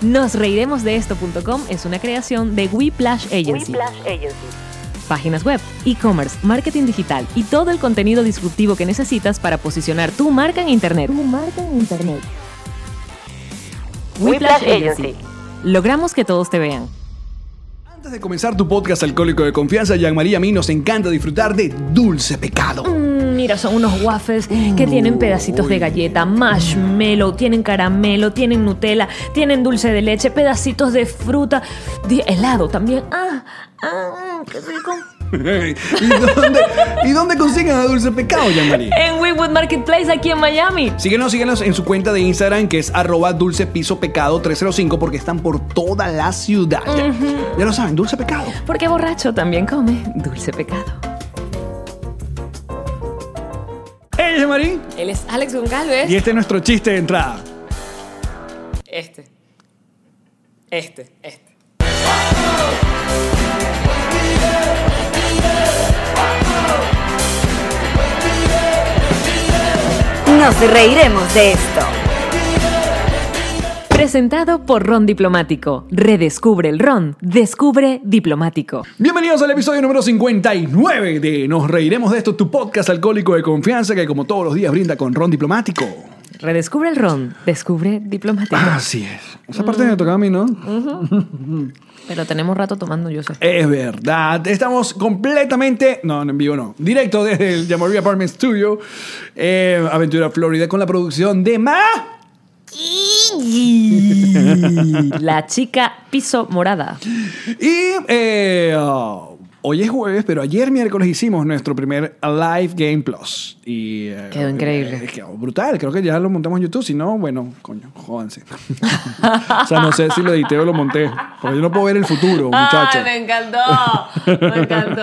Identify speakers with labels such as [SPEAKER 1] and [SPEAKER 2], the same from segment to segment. [SPEAKER 1] Nos reiremos de esto.com es una creación de Weplash Agency.
[SPEAKER 2] Whiplash Agency.
[SPEAKER 1] Páginas web, e-commerce, marketing digital y todo el contenido disruptivo que necesitas para posicionar tu marca en Internet.
[SPEAKER 2] Tu marca en Internet.
[SPEAKER 1] Whiplash
[SPEAKER 2] Whiplash
[SPEAKER 1] Agency.
[SPEAKER 2] Agency.
[SPEAKER 1] Logramos que todos te vean.
[SPEAKER 3] Antes de comenzar tu podcast alcohólico de confianza, Jean María, a mí nos encanta disfrutar de Dulce Pecado.
[SPEAKER 1] Mm, Mira, son unos waffles que tienen pedacitos de galleta, marshmallow, tienen caramelo, tienen Nutella, tienen dulce de leche, pedacitos de fruta, di- helado también. ¡Ah! ¡Ah! ¡Qué rico!
[SPEAKER 3] ¿Y, dónde, ¿Y dónde consiguen a Dulce Pecado, Jean María?
[SPEAKER 1] En Wewood Marketplace, aquí en Miami.
[SPEAKER 3] Síguenos, síguenos en su cuenta de Instagram que es arroba dulce piso pecado 305 porque están por toda la ciudad. Ya, ya lo saben, dulce pecado.
[SPEAKER 1] Porque borracho también come dulce pecado.
[SPEAKER 3] Hey, Jean Marie,
[SPEAKER 4] Él es Alex Goncalves.
[SPEAKER 3] y este es nuestro chiste de entrada.
[SPEAKER 4] Este. Este, este.
[SPEAKER 2] Nos reiremos de esto.
[SPEAKER 1] Presentado por Ron Diplomático. Redescubre el Ron. Descubre Diplomático.
[SPEAKER 3] Bienvenidos al episodio número 59 de Nos Reiremos de esto, tu podcast alcohólico de confianza que como todos los días brinda con ron diplomático.
[SPEAKER 1] Redescubre el Ron. Descubre Diplomático.
[SPEAKER 3] Así es. Esa parte me tocaba a mí, ¿no?
[SPEAKER 1] Pero tenemos rato tomando, yo sé.
[SPEAKER 3] Es verdad. Estamos completamente. No, no, en vivo no. Directo desde el Yamori Apartment Studio, eh, Aventura, Florida, con la producción de Ma.
[SPEAKER 1] La chica piso morada.
[SPEAKER 3] Y eh, oh, hoy es jueves, pero ayer miércoles hicimos nuestro primer Live Game Plus. Y, eh,
[SPEAKER 1] Quedó increíble.
[SPEAKER 3] eh, quedó brutal. Creo que ya lo montamos en YouTube. Si no, bueno, coño, jódanse. o sea, no sé si lo edité o lo monté. Porque yo no puedo ver el futuro,
[SPEAKER 1] Ah,
[SPEAKER 3] muchachos.
[SPEAKER 4] encantó! Me encantó.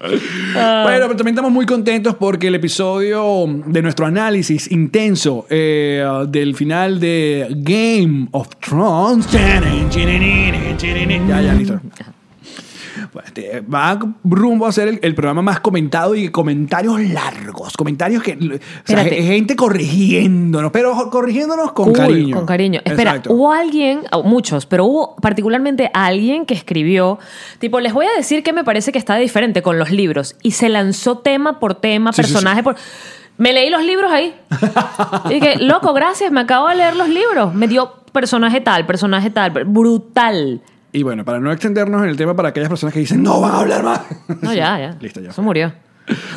[SPEAKER 1] Ah.
[SPEAKER 3] Bueno, pero también estamos muy contentos porque el episodio de nuestro análisis intenso eh, del final de Game of Thrones. Ya, ya, listo. Pues, este, va rumbo a ser el, el programa más comentado y comentarios largos, comentarios que o sea,
[SPEAKER 1] Espérate.
[SPEAKER 3] gente corrigiéndonos, pero corrigiéndonos con
[SPEAKER 1] Cool,
[SPEAKER 3] cariño.
[SPEAKER 1] Con cariño. Espera,
[SPEAKER 3] Exacto.
[SPEAKER 1] hubo alguien, oh, muchos, pero hubo particularmente alguien que escribió, tipo, les voy a decir que me parece que está diferente con los libros. Y se lanzó tema por tema,
[SPEAKER 3] Sí, sí,
[SPEAKER 1] personaje por. Me leí los libros ahí. y dije, loco, gracias, me acabo de leer los libros. Me dio personaje tal, personaje tal, per- brutal.
[SPEAKER 3] Y bueno, para no extendernos en el tema, para aquellas personas que dicen, no van a hablar más.
[SPEAKER 1] No, ya, ya.
[SPEAKER 3] Listo, ya.
[SPEAKER 1] Eso murió.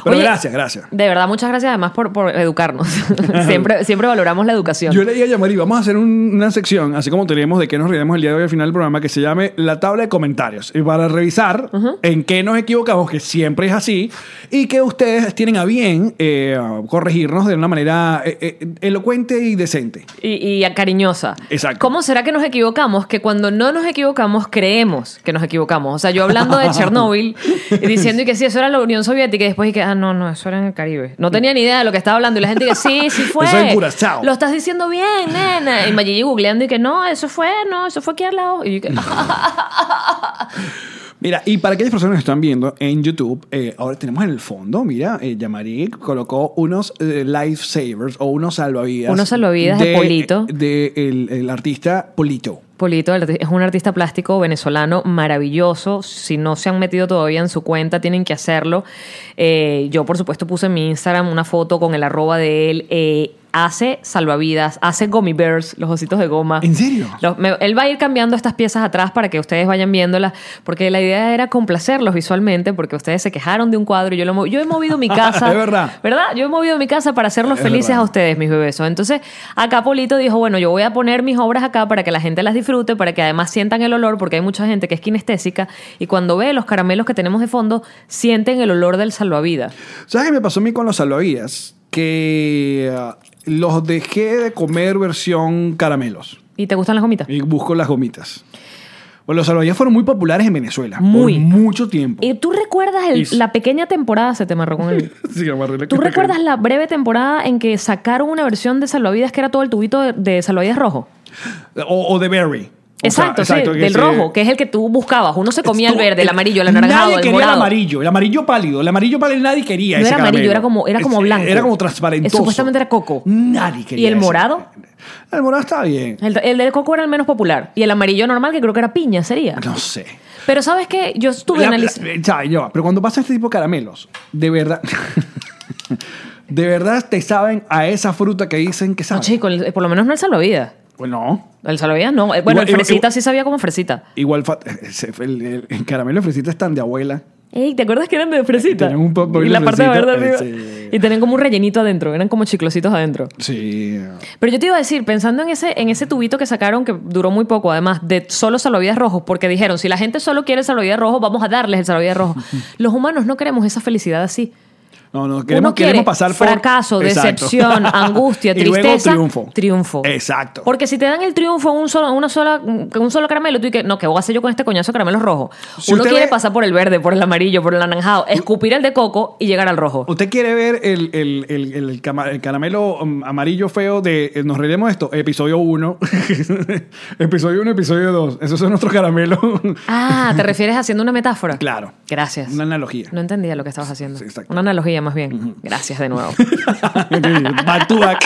[SPEAKER 3] Pero
[SPEAKER 1] Oye,
[SPEAKER 3] gracias, gracias.
[SPEAKER 1] De verdad, muchas gracias además por, por educarnos. siempre, siempre valoramos la educación.
[SPEAKER 3] Yo leía a Yamari, vamos a hacer un- una sección, así como tenemos de qué nos reiremos el día de hoy al final del programa, que se llame La tabla de comentarios. Y para revisar en qué nos equivocamos, que siempre es así, y que ustedes tienen a bien eh, corregirnos de una manera eh, eh, elocuente y decente.
[SPEAKER 1] Y, y cariñosa.
[SPEAKER 3] Exacto.
[SPEAKER 1] ¿Cómo será que nos equivocamos? Que cuando no nos equivocamos, creemos que nos equivocamos. O sea, yo hablando de Chernóbil y diciendo y que sí, eso era la Unión Soviética y después dije, ah, no, no, eso era en el Caribe. No tenía ni idea de lo que estaba hablando y la gente que sí, sí fue.
[SPEAKER 3] Eso es en Curazao.
[SPEAKER 1] Lo estás diciendo bien, nena. Y Mayigi googleando y que no, eso fue, no, eso fue aquí al lado. Y yo que,
[SPEAKER 3] Mira, y para aquellas personas que están viendo en YouTube, eh, ahora tenemos en el fondo, mira, eh, Yamari colocó unos eh, lifesavers o unos salvavidas. eh,
[SPEAKER 1] Unos salvavidas de Polito.
[SPEAKER 3] De el- el artista Polito.
[SPEAKER 1] Polito el arti- es un artista plástico venezolano maravilloso. Si no se han metido todavía en su cuenta, tienen que hacerlo. Eh, yo, por supuesto, puse en mi Instagram una foto con el arroba de él. Eh, hace salvavidas, hace gummy bears, los ositos de goma.
[SPEAKER 3] ¿En serio?
[SPEAKER 1] Los- me- él va a ir cambiando estas piezas atrás para que ustedes vayan viéndolas, porque la idea era complacerlos visualmente, porque ustedes se quejaron de un cuadro y yo lo mo- yo he movido mi casa.
[SPEAKER 3] Es verdad.
[SPEAKER 1] ¿Verdad? Yo he movido mi casa para hacerlos
[SPEAKER 3] Es
[SPEAKER 1] felices
[SPEAKER 3] verdad.
[SPEAKER 1] a ustedes, mis bebesos. Entonces, acá Polito dijo, bueno, yo voy a poner mis obras acá para que la gente las disfrute, para que además sientan el olor, porque hay mucha gente que es kinestésica y cuando ve los caramelos que tenemos de fondo, sienten el olor del salvavidas.
[SPEAKER 3] ¿Sabes qué me pasó a mí con los salvavidas? Que ah, los dejé de comer versión caramelos
[SPEAKER 1] ¿Y te gustan las gomitas?
[SPEAKER 3] y busco las gomitas. Bueno, los salvavidas fueron muy populares en Venezuela
[SPEAKER 1] Muy.
[SPEAKER 3] por mucho tiempo.
[SPEAKER 1] ¿Y tú recuerdas el-
[SPEAKER 3] Y-
[SPEAKER 1] la pequeña temporada, se te marró con el...
[SPEAKER 3] Sí, amarré la
[SPEAKER 1] ¿Tú
[SPEAKER 3] que-
[SPEAKER 1] recuerdas la breve temporada en que sacaron una versión de salvavidas que era todo el tubito de, de salvavidas rojo?
[SPEAKER 3] O, o de Berry.
[SPEAKER 1] Exacto,
[SPEAKER 3] O sea, exacto,
[SPEAKER 1] sí,
[SPEAKER 3] que
[SPEAKER 1] del
[SPEAKER 3] sí.
[SPEAKER 1] rojo, que es el que tú buscabas. Uno se comía el
[SPEAKER 3] Tú-
[SPEAKER 1] verde, el amarillo, el anaranjado,
[SPEAKER 3] Nadie
[SPEAKER 1] el
[SPEAKER 3] quería
[SPEAKER 1] morado.
[SPEAKER 3] el amarillo, el amarillo pálido. El amarillo pálido nadie quería.
[SPEAKER 1] No
[SPEAKER 3] ese
[SPEAKER 1] era amarillo,
[SPEAKER 3] caramelo.
[SPEAKER 1] era como- era como
[SPEAKER 3] Es-
[SPEAKER 1] blanco.
[SPEAKER 3] Era como transparente.
[SPEAKER 1] Eh, supuestamente era coco.
[SPEAKER 3] Nadie quería.
[SPEAKER 1] ¿Y el
[SPEAKER 3] ese.
[SPEAKER 1] morado?
[SPEAKER 3] El morado estaba bien.
[SPEAKER 1] El, el del coco era el menos popular. Y el amarillo normal, que creo que era piña, sería.
[SPEAKER 3] No sé.
[SPEAKER 1] Pero ¿sabes qué? Yo estuve
[SPEAKER 3] La- la-
[SPEAKER 1] analizando...
[SPEAKER 3] ¿sabes? Ya va, pero cuando pasa este tipo de caramelos, de verdad. de verdad te saben a esa fruta que dicen que
[SPEAKER 1] No,
[SPEAKER 3] saben.
[SPEAKER 1] chico, el- por lo menos no el salvavidas.
[SPEAKER 3] Pues no.
[SPEAKER 1] El salvavidas no. Eh, Bueno,
[SPEAKER 3] Igual-
[SPEAKER 1] el
[SPEAKER 3] igual-
[SPEAKER 1] fresita
[SPEAKER 3] igual-
[SPEAKER 1] sí sabía como fresita.
[SPEAKER 3] Igual fa- ese- el, el- el caramelo de fresita es tan de abuela.
[SPEAKER 1] Ey, ¿te acuerdas que eran de fresita?
[SPEAKER 3] Tenían un poco
[SPEAKER 1] y
[SPEAKER 3] de
[SPEAKER 1] la parte
[SPEAKER 3] fresita,
[SPEAKER 1] verde arriba.
[SPEAKER 3] eh, sí.
[SPEAKER 1] Y tenían como un rellenito adentro, eran como chiclositos adentro.
[SPEAKER 3] Sí.
[SPEAKER 1] Pero yo te iba a decir, pensando en ese, en ese tubito que sacaron, que duró muy poco, además, de solo salvavidas rojos, porque dijeron, si la gente solo quiere el salvavidas rojo, vamos a darles el salvavidas rojo. Los humanos no queremos esa felicidad así.
[SPEAKER 3] No, no, queremos,
[SPEAKER 1] Uno quiere
[SPEAKER 3] queremos pasar por...
[SPEAKER 1] fracaso,
[SPEAKER 3] Exacto.
[SPEAKER 1] decepción, angustia,
[SPEAKER 3] Y luego
[SPEAKER 1] tristeza,
[SPEAKER 3] triunfo.
[SPEAKER 1] triunfo.
[SPEAKER 3] Exacto.
[SPEAKER 1] Porque si te dan el triunfo un solo, una sola, un solo caramelo, tú dices, no, ¿qué voy a hacer yo con este coñazo de caramelos rojos?
[SPEAKER 3] Si
[SPEAKER 1] Uno
[SPEAKER 3] usted
[SPEAKER 1] quiere
[SPEAKER 3] ve-
[SPEAKER 1] pasar por el verde, por el anaranjado, por el anaranjado, escupir el de coco y llegar al rojo.
[SPEAKER 3] ¿Usted quiere ver el, el- el- el cama- el caramelo um, amarillo feo de eh, Nos reiremos de esto? Episodio 1. episodio 1, episodio 2. Esos son nuestros caramelos.
[SPEAKER 1] Ah, ¿te refieres haciendo una metáfora?
[SPEAKER 3] claro.
[SPEAKER 1] Gracias.
[SPEAKER 3] Una analogía.
[SPEAKER 1] No entendía lo que estabas haciendo.
[SPEAKER 3] Sí, exacto.
[SPEAKER 1] Una analogía más bien. Gracias de nuevo.
[SPEAKER 3] back to back.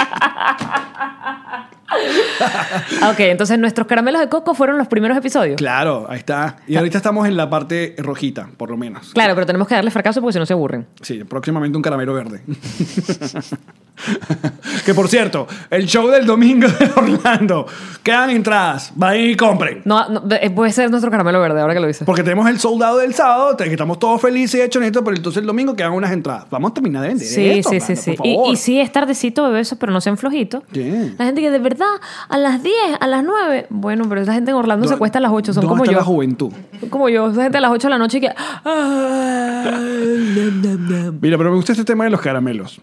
[SPEAKER 1] Ah, ok, entonces nuestros caramelos de coco fueron los primeros episodios. Claro,
[SPEAKER 3] Claro, ahí está. Y ahorita estamos en la parte rojita, por lo menos.
[SPEAKER 1] pero tenemos que darle fracaso porque si no se aburren.
[SPEAKER 3] Sí, próximamente un caramelo verde. que por cierto, el show del domingo de Orlando. Quedan entradas. Vayan y compren.
[SPEAKER 1] No, no, eh, puede ser nuestro caramelo verde ahora que lo dices.
[SPEAKER 3] Porque tenemos el soldado del sábado, te- que estamos todos felices y hechos netos, pero entonces el domingo quedan unas entradas. Vamos a terminar de vender.
[SPEAKER 1] Sí,
[SPEAKER 3] esto,
[SPEAKER 1] sí, sí,
[SPEAKER 3] Orlando,
[SPEAKER 1] sí.
[SPEAKER 3] por
[SPEAKER 1] Y,
[SPEAKER 3] favor.
[SPEAKER 1] y sí es tardecito, bebé, eso, pero no sean flojitos.
[SPEAKER 3] ¿Qué?
[SPEAKER 1] La gente que de verdad, a las 10, a las 9. Bueno, pero esa gente en Orlando se
[SPEAKER 3] ¿Dó-
[SPEAKER 1] cuesta a las 8, son
[SPEAKER 3] dónde
[SPEAKER 1] como
[SPEAKER 3] está
[SPEAKER 1] yo.
[SPEAKER 3] la juventud.
[SPEAKER 1] Son como yo, esa gente a las 8 de la noche y que.
[SPEAKER 3] Ah.
[SPEAKER 1] "Ay, nam, nam, nam".
[SPEAKER 3] Mira, pero me gusta este tema de los caramelos.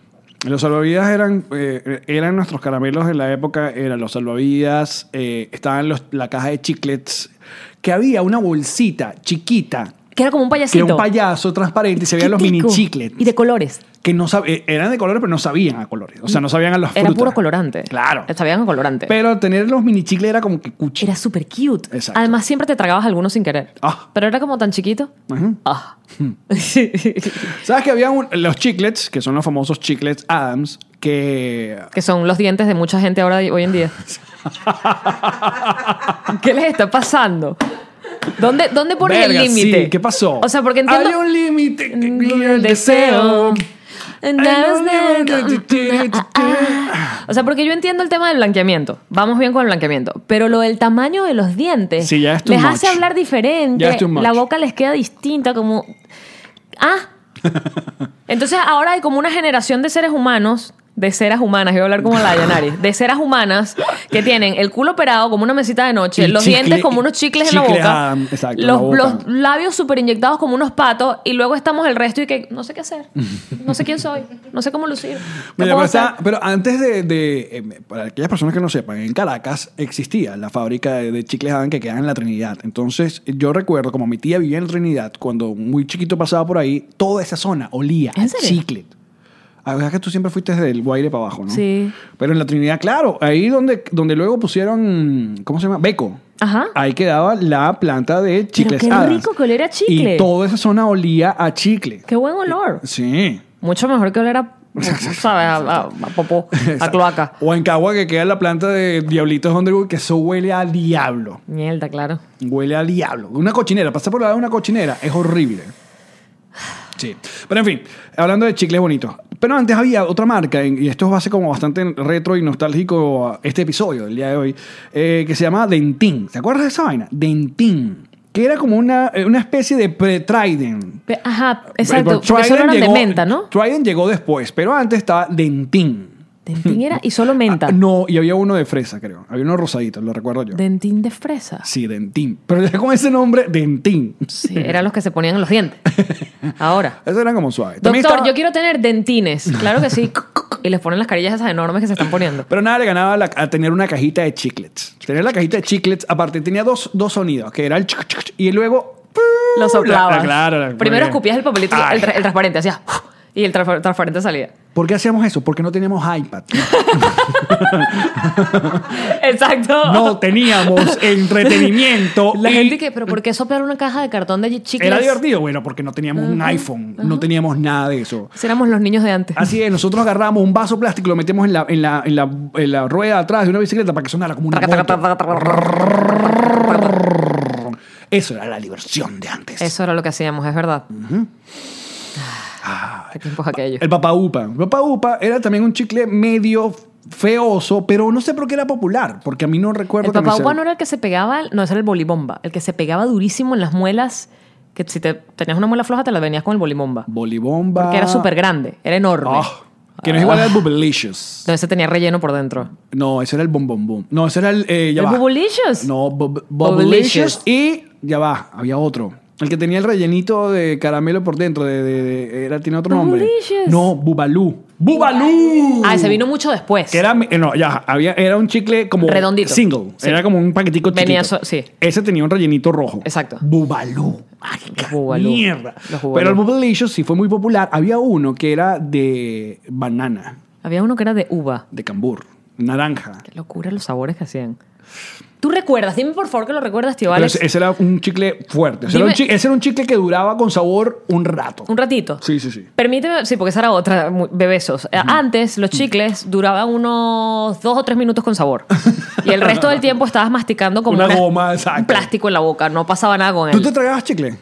[SPEAKER 3] Los salvavidas eran, eh, eran nuestros caramelos en la época, eran los salvavidas, eh, estaban los- la caja de chiclets, que había una bolsita chiquita,
[SPEAKER 1] Que era como un
[SPEAKER 3] que
[SPEAKER 1] payasito.
[SPEAKER 3] era un payaso transparente y se veían los mini
[SPEAKER 1] Chiquitico.
[SPEAKER 3] chiclets.
[SPEAKER 1] Y de colores.
[SPEAKER 3] que no sab- eh, eran de colores, pero no sabían a colores. O sea, no sabían a los
[SPEAKER 1] Era puro colorante.
[SPEAKER 3] Claro.
[SPEAKER 1] Sabían colorante.
[SPEAKER 3] Pero tener los mini chicles era como que cuchi.
[SPEAKER 1] Era súper cute.
[SPEAKER 3] Exacto.
[SPEAKER 1] Además, siempre te tragabas algunos sin querer.
[SPEAKER 3] Ah. Hmm.
[SPEAKER 1] Pero era como tan chiquito.
[SPEAKER 3] Ajá.
[SPEAKER 1] Ah.
[SPEAKER 3] ¿Sabes que había un- los chiclets, que son los famosos chiclets Adams, que...
[SPEAKER 1] que son los dientes de mucha gente ahora hoy en día. ¿Qué les está pasando? ¿Dónde, dónde pones
[SPEAKER 3] Verga,
[SPEAKER 1] el límite?
[SPEAKER 3] sí, ¿Qué pasó?
[SPEAKER 1] O sea, porque entiendo... Mm,
[SPEAKER 3] Hay un límite que mide
[SPEAKER 1] el deseo. O sea, porque yo entiendo el tema del blanqueamiento. Vamos bien con el blanqueamiento. Pero lo del tamaño de los dientes.
[SPEAKER 3] Sí, ya es too
[SPEAKER 1] Les
[SPEAKER 3] much.
[SPEAKER 1] hace hablar diferente.
[SPEAKER 3] Ya es too much.
[SPEAKER 1] La boca les queda distinta, como. Ah. Entonces ahora hay como una generación de seres humanos. De ceras humanas, voy a hablar como la Yanari. De ceras humanas que tienen el culo operado como una mesita de noche,
[SPEAKER 3] Y
[SPEAKER 1] los
[SPEAKER 3] chicle-
[SPEAKER 1] dientes como unos chicles en la
[SPEAKER 3] chicle,
[SPEAKER 1] boca,
[SPEAKER 3] ah, exacto, en la
[SPEAKER 1] los,
[SPEAKER 3] boca.
[SPEAKER 1] los labios súper inyectados como unos patos, y luego estamos el resto y que no sé qué hacer, no sé quién soy, no sé cómo lucir. ¿qué
[SPEAKER 3] Mira,
[SPEAKER 1] puedo
[SPEAKER 3] pero,
[SPEAKER 1] hacer?
[SPEAKER 3] está- pero antes de, de, eh, Para aquellas personas que no sepan, en Caracas existía la fábrica de, de chicles Adams que quedaba en la Trinidad. Entonces, yo recuerdo como mi tía vivía en la Trinidad, cuando muy chiquito pasaba por ahí, toda esa zona olía
[SPEAKER 1] ¿En
[SPEAKER 3] a
[SPEAKER 1] serio?
[SPEAKER 3] chicle. A ver, es que tú siempre fuiste desde el Guaire para abajo, ¿no?
[SPEAKER 1] Sí.
[SPEAKER 3] Pero en la Trinidad, claro, ahí donde, donde luego pusieron. ¿Cómo se llama? Beco.
[SPEAKER 1] Ajá.
[SPEAKER 3] Ah. Ahí quedaba la planta de chicles
[SPEAKER 1] qué
[SPEAKER 3] Adams.
[SPEAKER 1] rico que oliera a chicle.
[SPEAKER 3] Y toda esa zona olía a chicle.
[SPEAKER 1] Qué buen olor.
[SPEAKER 3] Sí.
[SPEAKER 1] Mucho mejor que oler a, ¿sabes? A, a- a popó, a cloaca.
[SPEAKER 3] O en Cagua que queda la planta de Diablitos Underwood, que eso huele a diablo.
[SPEAKER 1] Mierda, claro.
[SPEAKER 3] Huele a diablo. Una cochinera, pasar por la de una cochinera es horrible. Sí. Pero en fin, hablando de chicles bonitos. Pero antes había otra marca, y esto va a ser como bastante retro y nostálgico a este episodio del día de hoy, eh, que se llama Dentin. ¿Te acuerdas de esa vaina? Dentin. Que era como una, eh, una especie de pre-Trident.
[SPEAKER 1] Pe- Ajá,
[SPEAKER 3] Pero
[SPEAKER 1] exacto. Porque solo
[SPEAKER 3] Trident
[SPEAKER 1] eran de
[SPEAKER 3] llegó- Hmm.
[SPEAKER 1] menta, ¿no?
[SPEAKER 3] Trident llegó después, pero antes estaba Dentin.
[SPEAKER 1] Dentín era y solo menta.
[SPEAKER 3] Ah, no, y había uno de fresa, creo. Había uno rosadito, lo recuerdo yo.
[SPEAKER 1] Dentín de fresa.
[SPEAKER 3] sí, Dentín. Pero ya con ese nombre, Dentín.
[SPEAKER 1] Sí, eran los que se ponían en los dientes. Ahora.
[SPEAKER 3] Eso era como suave.
[SPEAKER 1] Doctor,
[SPEAKER 3] También estaba-
[SPEAKER 1] yo quiero tener dentines. Claro que sí. Y les ponen las carillas esas enormes que se están poniendo.
[SPEAKER 3] Pero nada le ganaba la- a tener una cajita de chiclets. Tener la cajita de chiclets, aparte tenía dos, dos sonidos, que era el chic, chic, chic, y luego...
[SPEAKER 1] Lo
[SPEAKER 3] La-
[SPEAKER 1] soplabas.
[SPEAKER 3] la- claro, la-
[SPEAKER 1] Primero
[SPEAKER 3] muy bien.
[SPEAKER 1] escupías el papelito,
[SPEAKER 3] Ay.
[SPEAKER 1] el, tra- el transparente, hacía. Y el tra- transparente salía.
[SPEAKER 3] ¿Por qué hacíamos eso? Porque no teníamos iPad.
[SPEAKER 1] Exacto.
[SPEAKER 3] No teníamos entretenimiento.
[SPEAKER 1] La
[SPEAKER 3] y
[SPEAKER 1] gente que, pero ¿por qué soplar una caja de cartón de chicles?
[SPEAKER 3] Era divertido, bueno, porque no teníamos un iPhone, no teníamos nada de eso.
[SPEAKER 1] Si éramos los niños de antes.
[SPEAKER 3] Así es, nosotros agarramos un vaso plástico, lo metemos en la, en la, en la, en la rueda de atrás de una bicicleta para que sonara como una
[SPEAKER 1] Taca, taca, taca,
[SPEAKER 3] moto.
[SPEAKER 1] taca, taca, taca.
[SPEAKER 3] Eso era la diversión de antes.
[SPEAKER 1] Eso era lo que hacíamos, es verdad.
[SPEAKER 3] Ah,
[SPEAKER 1] Qué tiempos aquellos.
[SPEAKER 3] El Papa Upa. El Papa Upa era también un chicle medio feoso, pero no sé por qué era popular, porque a mí no recuerdo
[SPEAKER 1] El
[SPEAKER 3] que me
[SPEAKER 1] papá
[SPEAKER 3] sea-
[SPEAKER 1] no era el que se pegaba, no, ese era el bolibomba, el que se pegaba durísimo en las muelas, que si te, tenías una muela floja te la venías con el bolibomba.
[SPEAKER 3] Bolibomba.
[SPEAKER 1] Porque era súper grande, era enorme.
[SPEAKER 3] Ah, que no es igual al Bubblicious.
[SPEAKER 1] Entonces tenía relleno por dentro.
[SPEAKER 3] No, ese era el Bom Bom Bom. No, ese era el. eh, ya
[SPEAKER 1] ¿El
[SPEAKER 3] va.
[SPEAKER 1] Bubblicious?
[SPEAKER 3] No, Bub-
[SPEAKER 1] Bubblicious.
[SPEAKER 3] Bubblicious y. Ya va, había otro. El que tenía el rellenito de caramelo por dentro. De, de- de- era, tiene otro nombre.
[SPEAKER 1] Bubblicious.
[SPEAKER 3] No, Bubalú. ¡Bubalú!
[SPEAKER 1] Ah, ese vino mucho después.
[SPEAKER 3] Que era, eh, no, ya, había, era un chicle como
[SPEAKER 1] Redondito.
[SPEAKER 3] single.
[SPEAKER 1] Sí.
[SPEAKER 3] Era como un paquetico
[SPEAKER 1] Venía
[SPEAKER 3] chiquito.
[SPEAKER 1] so- sí.
[SPEAKER 3] Ese tenía un rellenito rojo.
[SPEAKER 1] Exacto.
[SPEAKER 3] Bubalú. Marica,
[SPEAKER 1] Bubalú.
[SPEAKER 3] mierda.
[SPEAKER 1] Los Bubalú.
[SPEAKER 3] Pero el Bubblicious sí fue muy popular. Había uno que era de banana,
[SPEAKER 1] Había uno que era de uva.
[SPEAKER 3] de cambur, naranja.
[SPEAKER 1] Qué locura los sabores que hacían. ¿Tú recuerdas? Dime por favor que lo recuerdas, tío
[SPEAKER 3] Pero
[SPEAKER 1] Alex.
[SPEAKER 3] ese, ese era un chicle fuerte. Ese, era un
[SPEAKER 1] Dime-
[SPEAKER 3] chi- ese era un chicle que duraba con sabor un rato.
[SPEAKER 1] Un ratito.
[SPEAKER 3] Sí, sí, sí.
[SPEAKER 1] Permíteme, sí, porque esa era otra, muy- bebesos. Eh, Antes los chicles duraban unos dos o tres minutos con sabor. Y el resto del tiempo estabas masticando como
[SPEAKER 3] Una goma, exacto.
[SPEAKER 1] un plástico en la boca. No pasaba nada con
[SPEAKER 3] ¿Tú te
[SPEAKER 1] él.
[SPEAKER 3] tragabas chicle?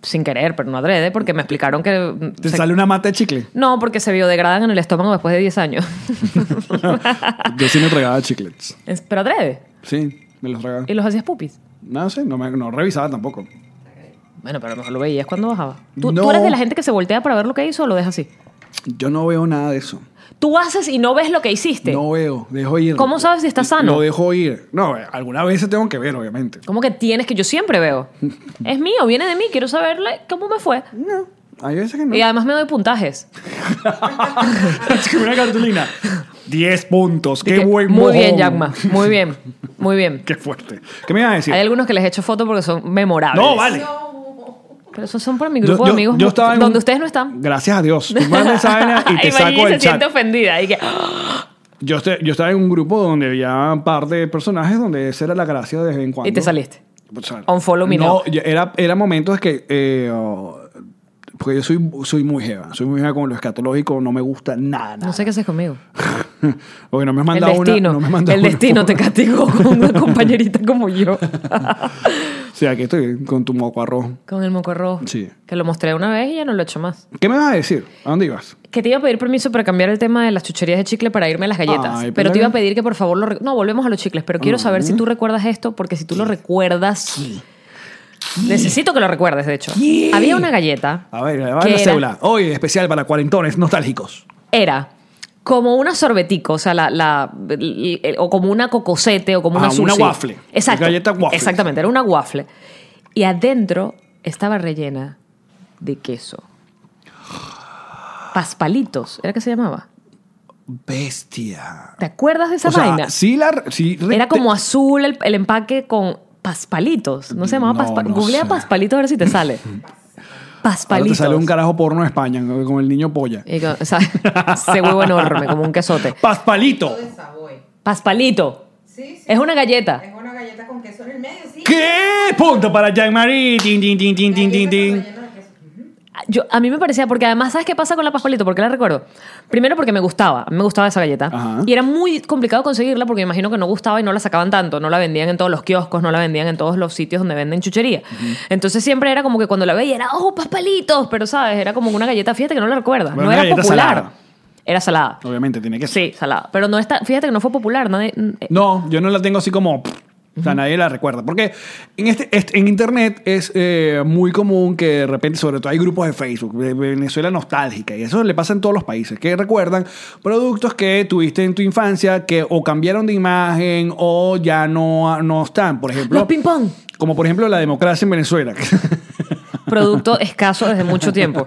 [SPEAKER 1] Sin querer, pero no adrede, porque me explicaron que... mm,
[SPEAKER 3] ¿Te
[SPEAKER 1] se-
[SPEAKER 3] sale una mata de chicle?
[SPEAKER 1] No, porque se biodegradan en el estómago después de 10 años.
[SPEAKER 3] Yo sí me tragaba chiclets.
[SPEAKER 1] Es- pero adrede.
[SPEAKER 3] Sí, me los tragaba.
[SPEAKER 1] Y los hacías pupis.
[SPEAKER 3] No sé, no, me- no revisaba tampoco.
[SPEAKER 1] Bueno, pero a lo mejor lo veías cuando bajaba. ¿Tú,
[SPEAKER 3] No.
[SPEAKER 1] tú eres de la gente que se voltea para ver lo que hizo o lo dejas así?
[SPEAKER 3] Yo no veo nada de eso.
[SPEAKER 1] Tú haces y no ves lo que hiciste.
[SPEAKER 3] No veo, dejo ir.
[SPEAKER 1] ¿Cómo sabes si está sano?
[SPEAKER 3] Lo dejo ir. No, eh, alguna vez se tengo que ver, obviamente.
[SPEAKER 1] ¿Cómo que tienes que yo siempre veo? Es mío, viene de mí, quiero saberle cómo me fue.
[SPEAKER 3] No, hay veces que no.
[SPEAKER 1] Y además me doy puntajes.
[SPEAKER 3] Es como una cartulina. 10 puntos, qué
[SPEAKER 1] Que-
[SPEAKER 3] buen
[SPEAKER 1] Muy bien,
[SPEAKER 3] mojón.
[SPEAKER 1] Jackma. Muy bien. Muy bien.
[SPEAKER 3] Qué fuerte. ¿Qué me ibas a decir?
[SPEAKER 1] Hay algunos que les echo fotos porque son memorables.
[SPEAKER 3] No, vale.
[SPEAKER 1] Pero esos son para mi grupo de amigos.
[SPEAKER 3] yo estaba en
[SPEAKER 1] donde
[SPEAKER 3] un-
[SPEAKER 1] ustedes no están.
[SPEAKER 3] Gracias a Dios. Tú mandas esa vaina y te
[SPEAKER 1] Imagínate,
[SPEAKER 3] saco el
[SPEAKER 1] se siente
[SPEAKER 3] chat.
[SPEAKER 1] ofendida. Y que, ¡ah!
[SPEAKER 3] Yo, este- yo estaba en un grupo donde había un par de personajes donde esa era la gracia de vez en cuando.
[SPEAKER 1] Y te saliste.
[SPEAKER 3] O sea,
[SPEAKER 1] Unfollow me
[SPEAKER 3] no,
[SPEAKER 1] now.
[SPEAKER 3] yo- era, era momentos que... eh, oh, porque yo soy, soy muy jeva. Soy muy jeva con lo escatológico. No me gusta nada. nada.
[SPEAKER 1] No sé qué haces conmigo.
[SPEAKER 3] Porque no me has
[SPEAKER 1] El
[SPEAKER 3] mandado
[SPEAKER 1] destino.
[SPEAKER 3] una... No me has mandado
[SPEAKER 1] el
[SPEAKER 3] una
[SPEAKER 1] destino te
[SPEAKER 3] foto.
[SPEAKER 1] castigó con una compañerita como yo.
[SPEAKER 3] O sea, aquí estoy con tu moco arroz.
[SPEAKER 1] con el mocorro.
[SPEAKER 3] Sí.
[SPEAKER 1] Que lo mostré una vez y ya no lo he hecho más.
[SPEAKER 3] ¿Qué me vas a decir? ¿A dónde ibas?
[SPEAKER 1] Que te iba a pedir permiso para cambiar el tema de las chucherías de chicle para irme a las galletas.
[SPEAKER 3] Ay, Oh, ¿eh?
[SPEAKER 1] pero
[SPEAKER 3] pero-
[SPEAKER 1] te iba a pedir que por favor lo... rec- No, volvemos a los chicles, pero quiero saber si tú recuerdas esto, porque si tú lo recuerdas... Necesito que lo recuerdes, de hecho.
[SPEAKER 3] ¿Qué?
[SPEAKER 1] Había una galleta.
[SPEAKER 3] A ver, a
[SPEAKER 1] que
[SPEAKER 3] la
[SPEAKER 1] era-
[SPEAKER 3] célula. Hoy especial para cuarentones nostálgicos.
[SPEAKER 1] Era como una sorbetico, o sea, la, la- el- el- o como una cocosete o como una
[SPEAKER 3] Ah, una
[SPEAKER 1] sushi.
[SPEAKER 3] waffle.
[SPEAKER 1] Exacto.
[SPEAKER 3] Galleta waffle.
[SPEAKER 1] Exactamente, era una waffle. Y adentro estaba rellena de queso. Paspalitos, ¿era que se llamaba?
[SPEAKER 3] Bestia.
[SPEAKER 1] ¿Te acuerdas de esa
[SPEAKER 3] o sea,
[SPEAKER 1] vaina?
[SPEAKER 3] sí la... Sí, re-
[SPEAKER 1] Era como azul el, el empaque con paspalitos. No se llamaba
[SPEAKER 3] No,
[SPEAKER 1] paspalitos.
[SPEAKER 3] no
[SPEAKER 1] Googlea
[SPEAKER 3] sé.
[SPEAKER 1] paspalitos a ver si te sale.
[SPEAKER 3] Ahora te
[SPEAKER 1] Paspalitos.
[SPEAKER 3] sale un carajo porno de España con el niño polla.
[SPEAKER 1] Y con- o sea, ese huevo enorme, como un quesote.
[SPEAKER 3] ¡Paspalito!
[SPEAKER 5] Savoy.
[SPEAKER 1] Paspalito.
[SPEAKER 5] Sí, sí.
[SPEAKER 1] Es una galleta.
[SPEAKER 5] Es una galleta con queso en el medio, sí.
[SPEAKER 3] ¿Qué? Punto para Jean-Marie. Tin, tin, tin, tin, tin, tin, tin.
[SPEAKER 5] Galleta con relleno de queso. Ujú.
[SPEAKER 1] Yo, a mí me parecía, porque además, ¿sabes qué pasa con la paspalito? Porque la recuerdo. Primero porque me gustaba, a mí me gustaba esa galleta.
[SPEAKER 3] Ajá.
[SPEAKER 1] Y era muy complicado conseguirla porque me imagino que no gustaba y no la sacaban tanto. No la vendían en todos los kioscos, no la vendían en todos los sitios donde venden chuchería. Entonces siempre era como que cuando la veía era, ¡oh, paspalitos! Pero, ¿sabes? Era como una galleta, fíjate que no la recuerdas. no
[SPEAKER 3] Bueno, una
[SPEAKER 1] era
[SPEAKER 3] galleta
[SPEAKER 1] popular.
[SPEAKER 3] salada.
[SPEAKER 1] Era salada.
[SPEAKER 3] Obviamente tiene que ser.
[SPEAKER 1] Sí, salada. Pero no está, fíjate que no fue popular. Nadie, eh,
[SPEAKER 3] No, yo no la tengo así como... pff, O sea, nadie la recuerda. Porque en, este, este- en internet es eh, muy común que de repente, sobre todo hay grupos de Facebook, de Venezuela nostálgica, y eso le pasa en todos los países, que recuerdan productos que tuviste en tu infancia que o cambiaron de imagen o ya no, no están. Por ejemplo,
[SPEAKER 1] Los ping-pong.
[SPEAKER 3] como por ejemplo la democracia en Venezuela.
[SPEAKER 1] Producto escaso desde mucho tiempo.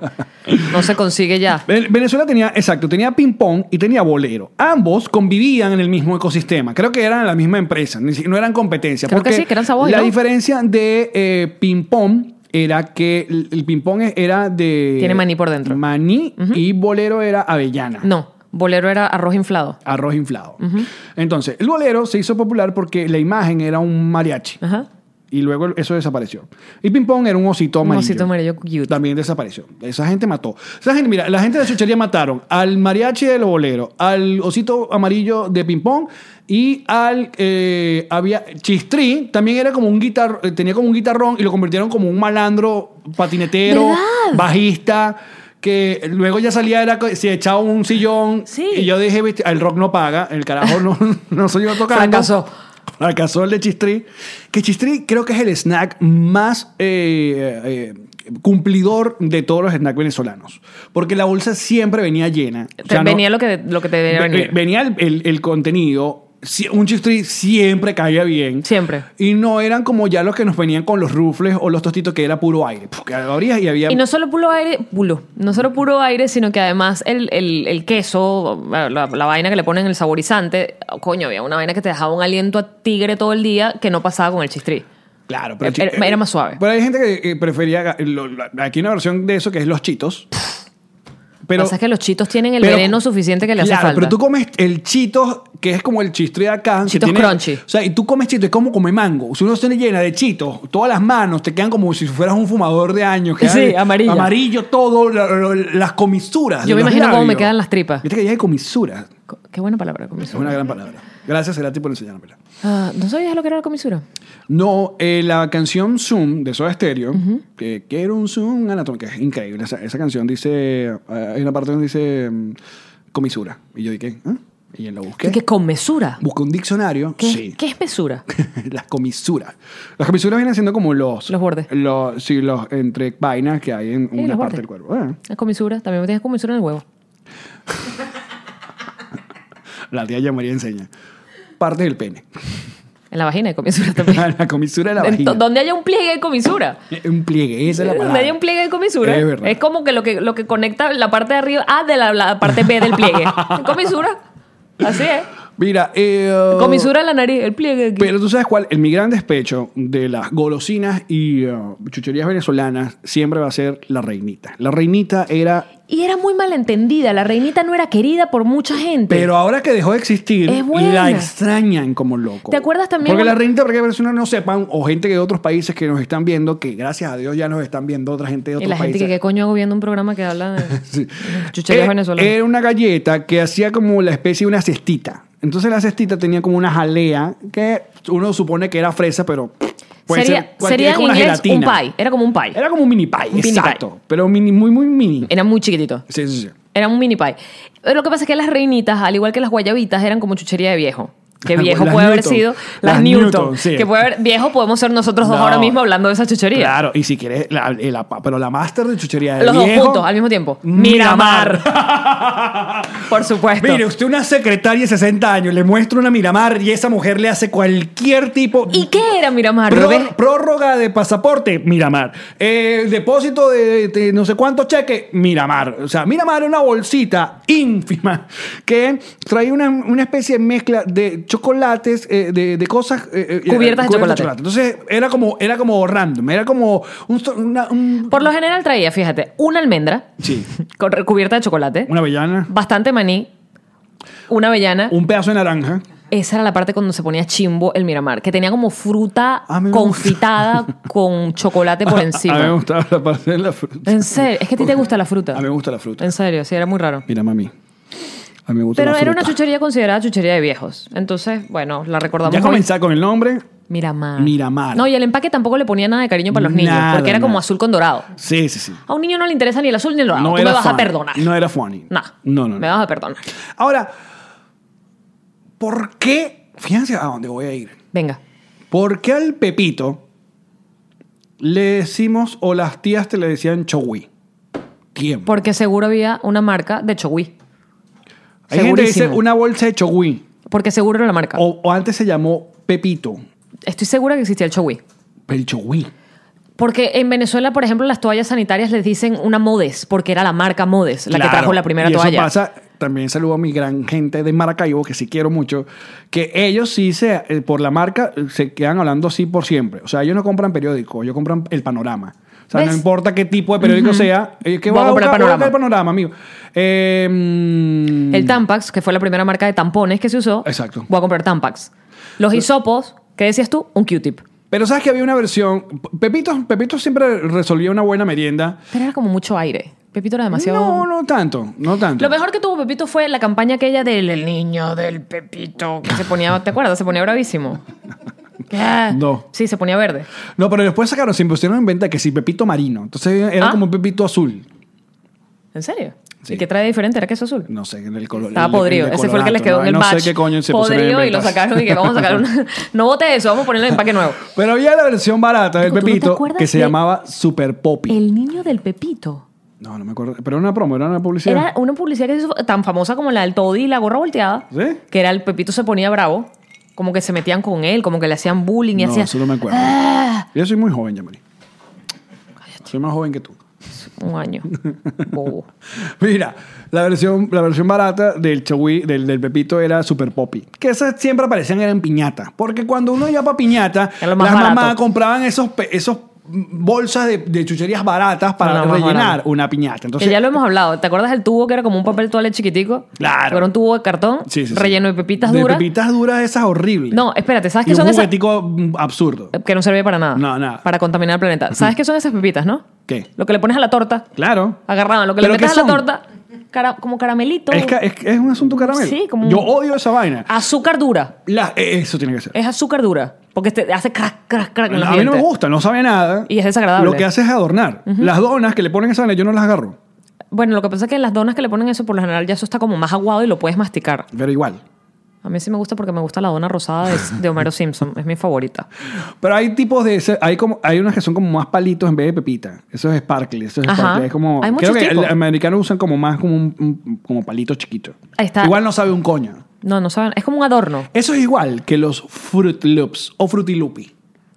[SPEAKER 1] No se consigue ya.
[SPEAKER 3] Ven- Venezuela tenía, exacto, tenía ping pong y tenía bolero. Ambos convivían en el mismo ecosistema. Creo que eran la misma empresa, ni si- no eran competencia.
[SPEAKER 1] Creo que
[SPEAKER 3] porque
[SPEAKER 1] sí, que eran Savoy,
[SPEAKER 3] La
[SPEAKER 1] ¿no?
[SPEAKER 3] diferencia de eh, ping pong era que el el ping-pong e-, era de.
[SPEAKER 1] Tiene maní por dentro.
[SPEAKER 3] Maní y bolero era avellana.
[SPEAKER 1] No, bolero era arroz inflado.
[SPEAKER 3] Arroz inflado. Entonces, el bolero se hizo popular porque la imagen era un mariachi.
[SPEAKER 1] Ajá.
[SPEAKER 3] Y luego eso desapareció. Y Ping Pong era un osito
[SPEAKER 1] Un
[SPEAKER 3] amarillo.
[SPEAKER 1] osito amarillo cute.
[SPEAKER 3] También desapareció. Esa gente mató. Esa gente, mira, la gente de la chuchería mataron al mariachi de los boleros, al osito amarillo de Ping Pong y al. eh, había. Chistri también era como un guitar, eh, tenía como un guitarrón y lo convirtieron como un malandro patinetero,
[SPEAKER 1] ¿Verdad?
[SPEAKER 3] bajista. Que luego ya salía, era, co- se echaba un sillón.
[SPEAKER 1] Sí.
[SPEAKER 3] Y yo dije, "Viste, el rock no paga, el carajo no, no soy yo tocando.
[SPEAKER 1] Fracasó.
[SPEAKER 3] Fracasó el de Chistri. Que Chistri creo que es el snack más eh, eh, cumplidor de todos los snacks venezolanos. Porque la bolsa siempre venía llena. O sea, no-
[SPEAKER 1] venía lo, que, lo que te debía
[SPEAKER 3] ve- eh,
[SPEAKER 1] venir.
[SPEAKER 3] venía el, el- el contenido. Si- Un Chistri siempre caía bien.
[SPEAKER 1] Siempre.
[SPEAKER 3] Y no eran como ya los que nos venían con los rufles o los tostitos que era puro aire. Porque abrías y había...
[SPEAKER 1] Y no solo puro aire, pulo, no solo puro aire, sino que además el, el- el queso, eh, la, la vaina que le ponen el saborizante, coño, había una vaina que te dejaba un aliento a tigre todo el día que no pasaba con el chistri.
[SPEAKER 3] Claro, pero...
[SPEAKER 1] Era-
[SPEAKER 3] chi-
[SPEAKER 1] era más suave.
[SPEAKER 3] Pero hay gente que eh, prefería... lo- la- aquí hay una versión de eso que es los chitos.
[SPEAKER 1] Pero, Pasa es que los chitos tienen el
[SPEAKER 3] Pero-
[SPEAKER 1] veneno suficiente que le hace
[SPEAKER 3] claro,
[SPEAKER 1] falta.
[SPEAKER 3] pero tú comes el chito, que es como el chistri de acá. que
[SPEAKER 1] Cheetos
[SPEAKER 3] tiene-
[SPEAKER 1] crunchy.
[SPEAKER 3] O sea, y tú comes chito, es como comer mango. Si uno se le llena de chitos, todas las manos te quedan como si fueras un fumador de años. queda
[SPEAKER 1] Sí, amarillo.
[SPEAKER 3] Amarillo todo, la- la- las comisuras.
[SPEAKER 1] Yo
[SPEAKER 3] de
[SPEAKER 1] me
[SPEAKER 3] los
[SPEAKER 1] imagino cómo
[SPEAKER 3] labios.
[SPEAKER 1] me quedan las tripas.
[SPEAKER 3] Viste que ya hay comisuras.
[SPEAKER 1] Co- Qué buena palabra,
[SPEAKER 3] Es
[SPEAKER 1] comisura.
[SPEAKER 3] una gran palabra. Gracias, Cerati, por enseñármela.
[SPEAKER 1] Ah, ¿No sabías lo que era la comisura?
[SPEAKER 3] No, eh, la canción Zoom de Soda Stereo, que quiero un Zoom anatómico, que es increíble. Esa, esa canción dice, eh, hay una parte donde dice mm, comisura. Y yo dije, ¿ah? Y yo la busqué.
[SPEAKER 1] ¿Qué? Que con mesura.
[SPEAKER 3] Busqué un diccionario.
[SPEAKER 1] ¿Qué,
[SPEAKER 3] Sí.
[SPEAKER 1] ¿Qué es mesura?
[SPEAKER 3] las comisuras. Las comisuras vienen siendo como los.
[SPEAKER 1] Los bordes.
[SPEAKER 3] Los, sí, los entre vainas que hay en
[SPEAKER 1] Sí,
[SPEAKER 3] una
[SPEAKER 1] los
[SPEAKER 3] parte
[SPEAKER 1] bordes.
[SPEAKER 3] del cuerpo. Ah,
[SPEAKER 1] La comisura, también tienes comisura en el huevo.
[SPEAKER 3] la tía ya María enseña. Parte del pene.
[SPEAKER 1] En la vagina hay comisura también.
[SPEAKER 3] la comisura de la
[SPEAKER 1] En
[SPEAKER 3] vagina.
[SPEAKER 1] to- Donde haya un pliegue hay comisura.
[SPEAKER 3] Un pliegue, esa es la palabra.
[SPEAKER 1] Donde haya un pliegue Eh, hay comisura.
[SPEAKER 3] Es verdad.
[SPEAKER 1] como que lo, que lo que conecta la parte de arriba A de la, la parte B del pliegue. comisura. Así es.
[SPEAKER 3] Mira, eh,
[SPEAKER 1] Comisura en la nariz, el pliegue aquí.
[SPEAKER 3] Pero tú sabes cuál, el mi gran despecho de las golosinas y eh, chucherías venezolanas siempre va a ser la reinita. La reinita era,
[SPEAKER 1] y era muy malentendida. La reinita no era querida por mucha gente.
[SPEAKER 3] pero ahora que dejó de existir,
[SPEAKER 1] Es buena.
[SPEAKER 3] la extrañan como loco.
[SPEAKER 1] ¿Te acuerdas también
[SPEAKER 3] Porque la
[SPEAKER 1] cuando-
[SPEAKER 3] reinita, para que las personas no sepan, o gente que de otros países que nos están viendo, que gracias a Dios ya nos están viendo otra gente de
[SPEAKER 1] y
[SPEAKER 3] otros
[SPEAKER 1] la gente
[SPEAKER 3] países.
[SPEAKER 1] que qué coño hago viendo un programa que habla de
[SPEAKER 3] Sí.
[SPEAKER 1] chucherías
[SPEAKER 3] Eh,
[SPEAKER 1] venezolanas.
[SPEAKER 3] Era una galleta que hacía como la especie de una cestita. Entonces la cestita tenía como una jalea que uno supone que era fresa, pero puede
[SPEAKER 1] sería
[SPEAKER 3] ser cualquier-
[SPEAKER 1] sería
[SPEAKER 3] es
[SPEAKER 1] en
[SPEAKER 3] como una
[SPEAKER 1] inglés un
[SPEAKER 3] gelatina.
[SPEAKER 1] pie. Era como un pie. Era,
[SPEAKER 3] Era como un mini pie,
[SPEAKER 1] Un mini
[SPEAKER 3] exacto. Pero mini, muy, muy mini.
[SPEAKER 1] muy chiquitito.
[SPEAKER 3] Sí, sí, sí.
[SPEAKER 1] Era un mini pie. Pero lo que pasa es que las reinitas, al igual que las guayabitas, eran como chuchería de viejo. Que viejo
[SPEAKER 3] Las
[SPEAKER 1] puede haber
[SPEAKER 3] Newton.
[SPEAKER 1] sido las,
[SPEAKER 3] Las
[SPEAKER 1] Newton.
[SPEAKER 3] Newton, sí.
[SPEAKER 1] Que puede haber, viejo podemos ser nosotros dos
[SPEAKER 3] No.
[SPEAKER 1] ahora mismo hablando de esa chuchería.
[SPEAKER 3] Claro, y si quieres, la, eh, la- pero la master de chuchería de
[SPEAKER 1] Los dos
[SPEAKER 3] viejo,
[SPEAKER 1] juntos, al mismo tiempo. Por supuesto.
[SPEAKER 3] Mire, usted una secretaria de 60 años, le muestra una Miramar y esa mujer le hace cualquier tipo...
[SPEAKER 1] ¿Y qué era Miramar?
[SPEAKER 3] Pror-
[SPEAKER 1] Rubén?
[SPEAKER 3] prórroga de pasaporte, Miramar. Eh, depósito de, de no sé cuántos cheques, Miramar. O sea, Miramar es una bolsita ínfima que trae una, una especie de mezcla de chocolates, eh, de, de cosas... eh, eh,
[SPEAKER 1] Cubiertas de chocolate.
[SPEAKER 3] Entonces, era como, era como random, era como un... so- una- un-
[SPEAKER 1] Por lo general traía, fíjate, una almendra
[SPEAKER 3] sí,
[SPEAKER 1] con recubierta de chocolate,
[SPEAKER 3] una avellana,
[SPEAKER 1] bastante maní, una avellana.
[SPEAKER 3] un pedazo de naranja.
[SPEAKER 1] Esa era la parte cuando se ponía chimbo el Miramar, que tenía como fruta
[SPEAKER 3] A mí me
[SPEAKER 1] confitada con chocolate por
[SPEAKER 3] A mí me
[SPEAKER 1] encima.
[SPEAKER 3] gustaba la parte de la fruta.
[SPEAKER 1] En serio, es que a ti te gusta la fruta.
[SPEAKER 3] A mí me gusta la fruta.
[SPEAKER 1] En serio, sí, era muy raro.
[SPEAKER 3] Mira, mami. A mí me gusta
[SPEAKER 1] Pero
[SPEAKER 3] la
[SPEAKER 1] era
[SPEAKER 3] fruta.
[SPEAKER 1] una chuchería considerada chuchería de viejos. Entonces, bueno, la recordamos.
[SPEAKER 3] Ya
[SPEAKER 1] hoy.
[SPEAKER 3] comenzar con el nombre.
[SPEAKER 1] Miramar.
[SPEAKER 3] Miramar.
[SPEAKER 1] No, y el empaque tampoco le ponía nada de cariño para los niños,
[SPEAKER 3] Nada,
[SPEAKER 1] porque era como
[SPEAKER 3] nada.
[SPEAKER 1] azul con dorado.
[SPEAKER 3] Sí, sí, sí.
[SPEAKER 1] A un niño no le interesa ni el azul ni el dorado. Tú me vas a
[SPEAKER 3] funny.
[SPEAKER 1] perdonar.
[SPEAKER 3] No era funny.
[SPEAKER 1] No.
[SPEAKER 3] No, no, no.
[SPEAKER 1] Me vas a perdonar.
[SPEAKER 3] Ahora, ¿por qué? Fíjense a dónde voy a ir.
[SPEAKER 1] Venga.
[SPEAKER 3] ¿Por qué al Pepito le decimos o las tías te le decían Chogui? ¿Quién?
[SPEAKER 1] Porque seguro había una marca de Chogui.
[SPEAKER 3] Hay gente que dice
[SPEAKER 1] segurísimo.
[SPEAKER 3] una bolsa de Chogui.
[SPEAKER 1] Porque seguro era la marca.
[SPEAKER 3] O, o antes se llamó Pepito.
[SPEAKER 1] Estoy segura que existía el Chogui.
[SPEAKER 3] El Chogui.
[SPEAKER 1] Porque en Venezuela, por ejemplo, las toallas sanitarias les dicen una Modes, porque era la marca Modes la que
[SPEAKER 3] Claro.
[SPEAKER 1] trajo la primera
[SPEAKER 3] y eso
[SPEAKER 1] toalla.
[SPEAKER 3] pasa, también saludo a mi gran gente de Maracaibo, que sí quiero mucho, que ellos sí se, eh, por la marca, eh, se quedan hablando así por siempre. O sea, ellos no compran periódico, ellos compran el panorama. O sea, no
[SPEAKER 1] ¿Ves?
[SPEAKER 3] importa qué tipo de periódico sea. Es que
[SPEAKER 1] Voy a
[SPEAKER 3] va a
[SPEAKER 1] comprar Panorama.
[SPEAKER 3] buscar, voy a buscar el panorama, amigo. Eh, mm,
[SPEAKER 1] El Tampax, que fue la primera marca de tampones que se usó.
[SPEAKER 3] Exacto.
[SPEAKER 1] Voy a comprar Tampax. Los hisopos, ¿qué decías tú? Un Q-tip.
[SPEAKER 3] Pero sabes que había una versión. Pepito, Pepito siempre resolvía una buena merienda.
[SPEAKER 1] Pero era como mucho aire. Pepito era demasiado...
[SPEAKER 3] No, no tanto. No tanto.
[SPEAKER 1] Lo mejor que tuvo Pepito fue la campaña aquella del el niño del Pepito, que se ponía, ¿te acuerdas? Se ponía bravísimo. ¿Qué?
[SPEAKER 3] No.
[SPEAKER 1] Sí, se ponía verde.
[SPEAKER 3] No, pero después sacaron, se pusieron en venta que sí, Pepito Marino. Entonces era
[SPEAKER 1] Ah.
[SPEAKER 3] como un Pepito azul.
[SPEAKER 1] ¿En serio?
[SPEAKER 3] Sí.
[SPEAKER 1] ¿Y qué trae de diferente? ¿Era queso azul?
[SPEAKER 3] No sé, en el color.
[SPEAKER 1] Estaba
[SPEAKER 3] el-
[SPEAKER 1] podrido.
[SPEAKER 3] el
[SPEAKER 1] Ese fue el que les
[SPEAKER 3] decolorato,
[SPEAKER 1] quedó en el
[SPEAKER 3] ¿no?
[SPEAKER 1] batch.
[SPEAKER 3] No sé qué coño se pusieron en
[SPEAKER 1] podrido y
[SPEAKER 3] venta.
[SPEAKER 1] lo sacaron y que vamos a sacar una... No bote eso, vamos a ponerle el empaque nuevo.
[SPEAKER 3] Pero había la versión barata del
[SPEAKER 1] Chico, ¿tú no te
[SPEAKER 3] Pepito
[SPEAKER 1] acuerdas
[SPEAKER 3] que se
[SPEAKER 1] de-
[SPEAKER 3] llamaba Super Poppy.
[SPEAKER 1] El niño del Pepito.
[SPEAKER 3] No, no me acuerdo. Pero era una promo, era una publicidad.
[SPEAKER 1] Era una publicidad que se hizo tan famosa como la del Toddy y la gorra volteada.
[SPEAKER 3] ¿Sí?
[SPEAKER 1] Que era el Pepito se ponía bravo. Como que se metían con él, como que le hacían bullying y
[SPEAKER 3] no,
[SPEAKER 1] hacían... ¡Ah!
[SPEAKER 3] eso no me acuerdo. Yo soy muy joven, Yamari. Soy más joven que tú.
[SPEAKER 1] Un año. Bobo.
[SPEAKER 3] Mira, la versión, la versión barata del Chagüí, del, del Pepito era Super Poppy. Que esas siempre aparecían eran piñata. Porque cuando uno iba para piñata,
[SPEAKER 1] Era lo
[SPEAKER 3] las
[SPEAKER 1] más barato.
[SPEAKER 3] mamás compraban esos, pe- esos bolsas de, de chucherías baratas para
[SPEAKER 1] Era lo más
[SPEAKER 3] rellenar
[SPEAKER 1] barato.
[SPEAKER 3] una piñata.
[SPEAKER 1] Que
[SPEAKER 3] Entonces,
[SPEAKER 1] ya lo hemos hablado. ¿Te acuerdas del tubo que era como un papel toalé chiquitico?
[SPEAKER 3] Claro.
[SPEAKER 1] Que Era un tubo de cartón
[SPEAKER 3] Sí, sí, sí.
[SPEAKER 1] relleno de pepitas duras.
[SPEAKER 3] De pepitas duras esas horribles.
[SPEAKER 1] No, espérate, ¿sabes
[SPEAKER 3] y
[SPEAKER 1] qué son
[SPEAKER 3] un
[SPEAKER 1] esas? Eh,
[SPEAKER 3] juguetico mm, absurdo.
[SPEAKER 1] Que no servía para nada.
[SPEAKER 3] No, nada.
[SPEAKER 1] Para contaminar el planeta. ¿Sabes qué son esas pepitas, no?
[SPEAKER 3] ¿Qué?
[SPEAKER 1] Lo que le pones a la torta.
[SPEAKER 3] Claro.
[SPEAKER 1] Agarraban. Lo que le
[SPEAKER 3] ¿Pero qué
[SPEAKER 1] metes a la
[SPEAKER 3] son?
[SPEAKER 1] torta. cara- como caramelito.
[SPEAKER 3] Es, ca- es, es un asunto caramelo.
[SPEAKER 1] Sí, como un-
[SPEAKER 3] Yo odio esa vaina.
[SPEAKER 1] Azúcar dura.
[SPEAKER 3] La- eh, eso tiene que ser.
[SPEAKER 1] Es azúcar dura. Porque te hace crack, crack, crack en los
[SPEAKER 3] a mí no me
[SPEAKER 1] dientes.
[SPEAKER 3] gusta, no sabe a nada.
[SPEAKER 1] Y es desagradable.
[SPEAKER 3] Lo que hace es adornar. Las donas que le ponen esa vaina, yo no las agarro.
[SPEAKER 1] Bueno, lo que pasa es que en las donas que le ponen eso, por lo general ya eso está como más aguado y lo puedes masticar.
[SPEAKER 3] Pero igual.
[SPEAKER 1] A mí sí me gusta porque me gusta la dona rosada de, de Homero Simpson. Es mi favorita.
[SPEAKER 3] Pero hay tipos de ese, hay como hay unas que son como más palitos en vez de pepita. Eso es sparkle, eso es
[SPEAKER 1] Ajá.
[SPEAKER 3] sparkle. Es como
[SPEAKER 1] Hay
[SPEAKER 3] creo
[SPEAKER 1] muchos
[SPEAKER 3] que
[SPEAKER 1] tipos.
[SPEAKER 3] los americanos usan como más como un, un- como palito chiquito.
[SPEAKER 1] Ahí está.
[SPEAKER 3] Igual no sabe un coño.
[SPEAKER 1] No, no saben. Es como un adorno.
[SPEAKER 3] Eso es igual que los Fruit Loops o Frutilupi.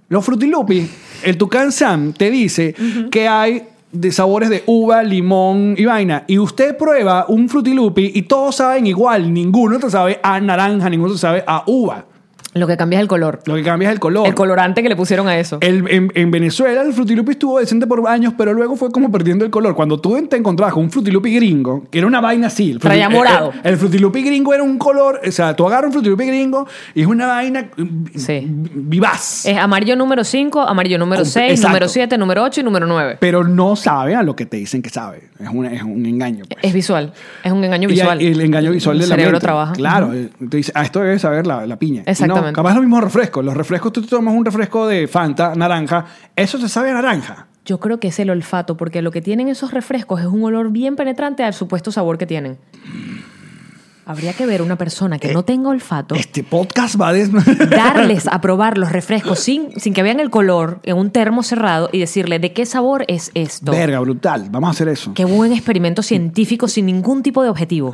[SPEAKER 3] Los Frutilupi, el Tucán Sam te dice que hay de sabores de uva, limón y vaina. Y usted prueba un Frutilupi y todos saben igual. Ninguno te sabe a naranja, ninguno te sabe a uva.
[SPEAKER 1] Lo que cambia es el color.
[SPEAKER 3] Lo que cambia es el color.
[SPEAKER 1] El colorante que le pusieron a eso.
[SPEAKER 3] El- en, en Venezuela el Frutilupi estuvo decente por años, pero luego fue como perdiendo el color. Cuando tú te encontrabas con un Frutilupi gringo, que era una vaina así. el Fruity-
[SPEAKER 1] Traía
[SPEAKER 3] el-
[SPEAKER 1] morado.
[SPEAKER 3] El, el Frutilupi gringo era un color, o sea, tú agarras un Frutilupi gringo y es una vaina mm,
[SPEAKER 1] Sí.
[SPEAKER 3] vivaz.
[SPEAKER 1] Es amarillo número 5, amarillo número
[SPEAKER 3] Com-
[SPEAKER 1] 6,
[SPEAKER 3] exacto.
[SPEAKER 1] número 7, número 8 y número 9.
[SPEAKER 3] Pero no sabe a lo que te dicen que sabe. Es, una- es un engaño. pues.
[SPEAKER 1] Es visual. Es un engaño
[SPEAKER 3] Y
[SPEAKER 1] visual.
[SPEAKER 3] hay- el engaño visual
[SPEAKER 1] El
[SPEAKER 3] del
[SPEAKER 1] cerebro trabaja.
[SPEAKER 3] Claro.
[SPEAKER 1] Ujú.
[SPEAKER 3] Te dice, ah, esto debe saber la, la piña. Y
[SPEAKER 1] Exactamente.
[SPEAKER 3] No, capaz los mismos refrescos. Los refrescos, tú te tomas un refresco de Fanta, naranja. Eso te sabe a naranja.
[SPEAKER 1] Yo creo que es el olfato, porque lo que tienen esos refrescos es un olor bien penetrante al supuesto sabor que tienen. Habría que ver una persona
[SPEAKER 3] Eh,
[SPEAKER 1] que no tenga olfato,
[SPEAKER 3] Este podcast va a... des-
[SPEAKER 1] darles a probar los refrescos sin, sin que vean el color en un termo cerrado y decirle de qué sabor es esto.
[SPEAKER 3] Verga, brutal. Vamos a hacer eso.
[SPEAKER 1] Qué buen experimento científico sin ningún tipo de objetivo.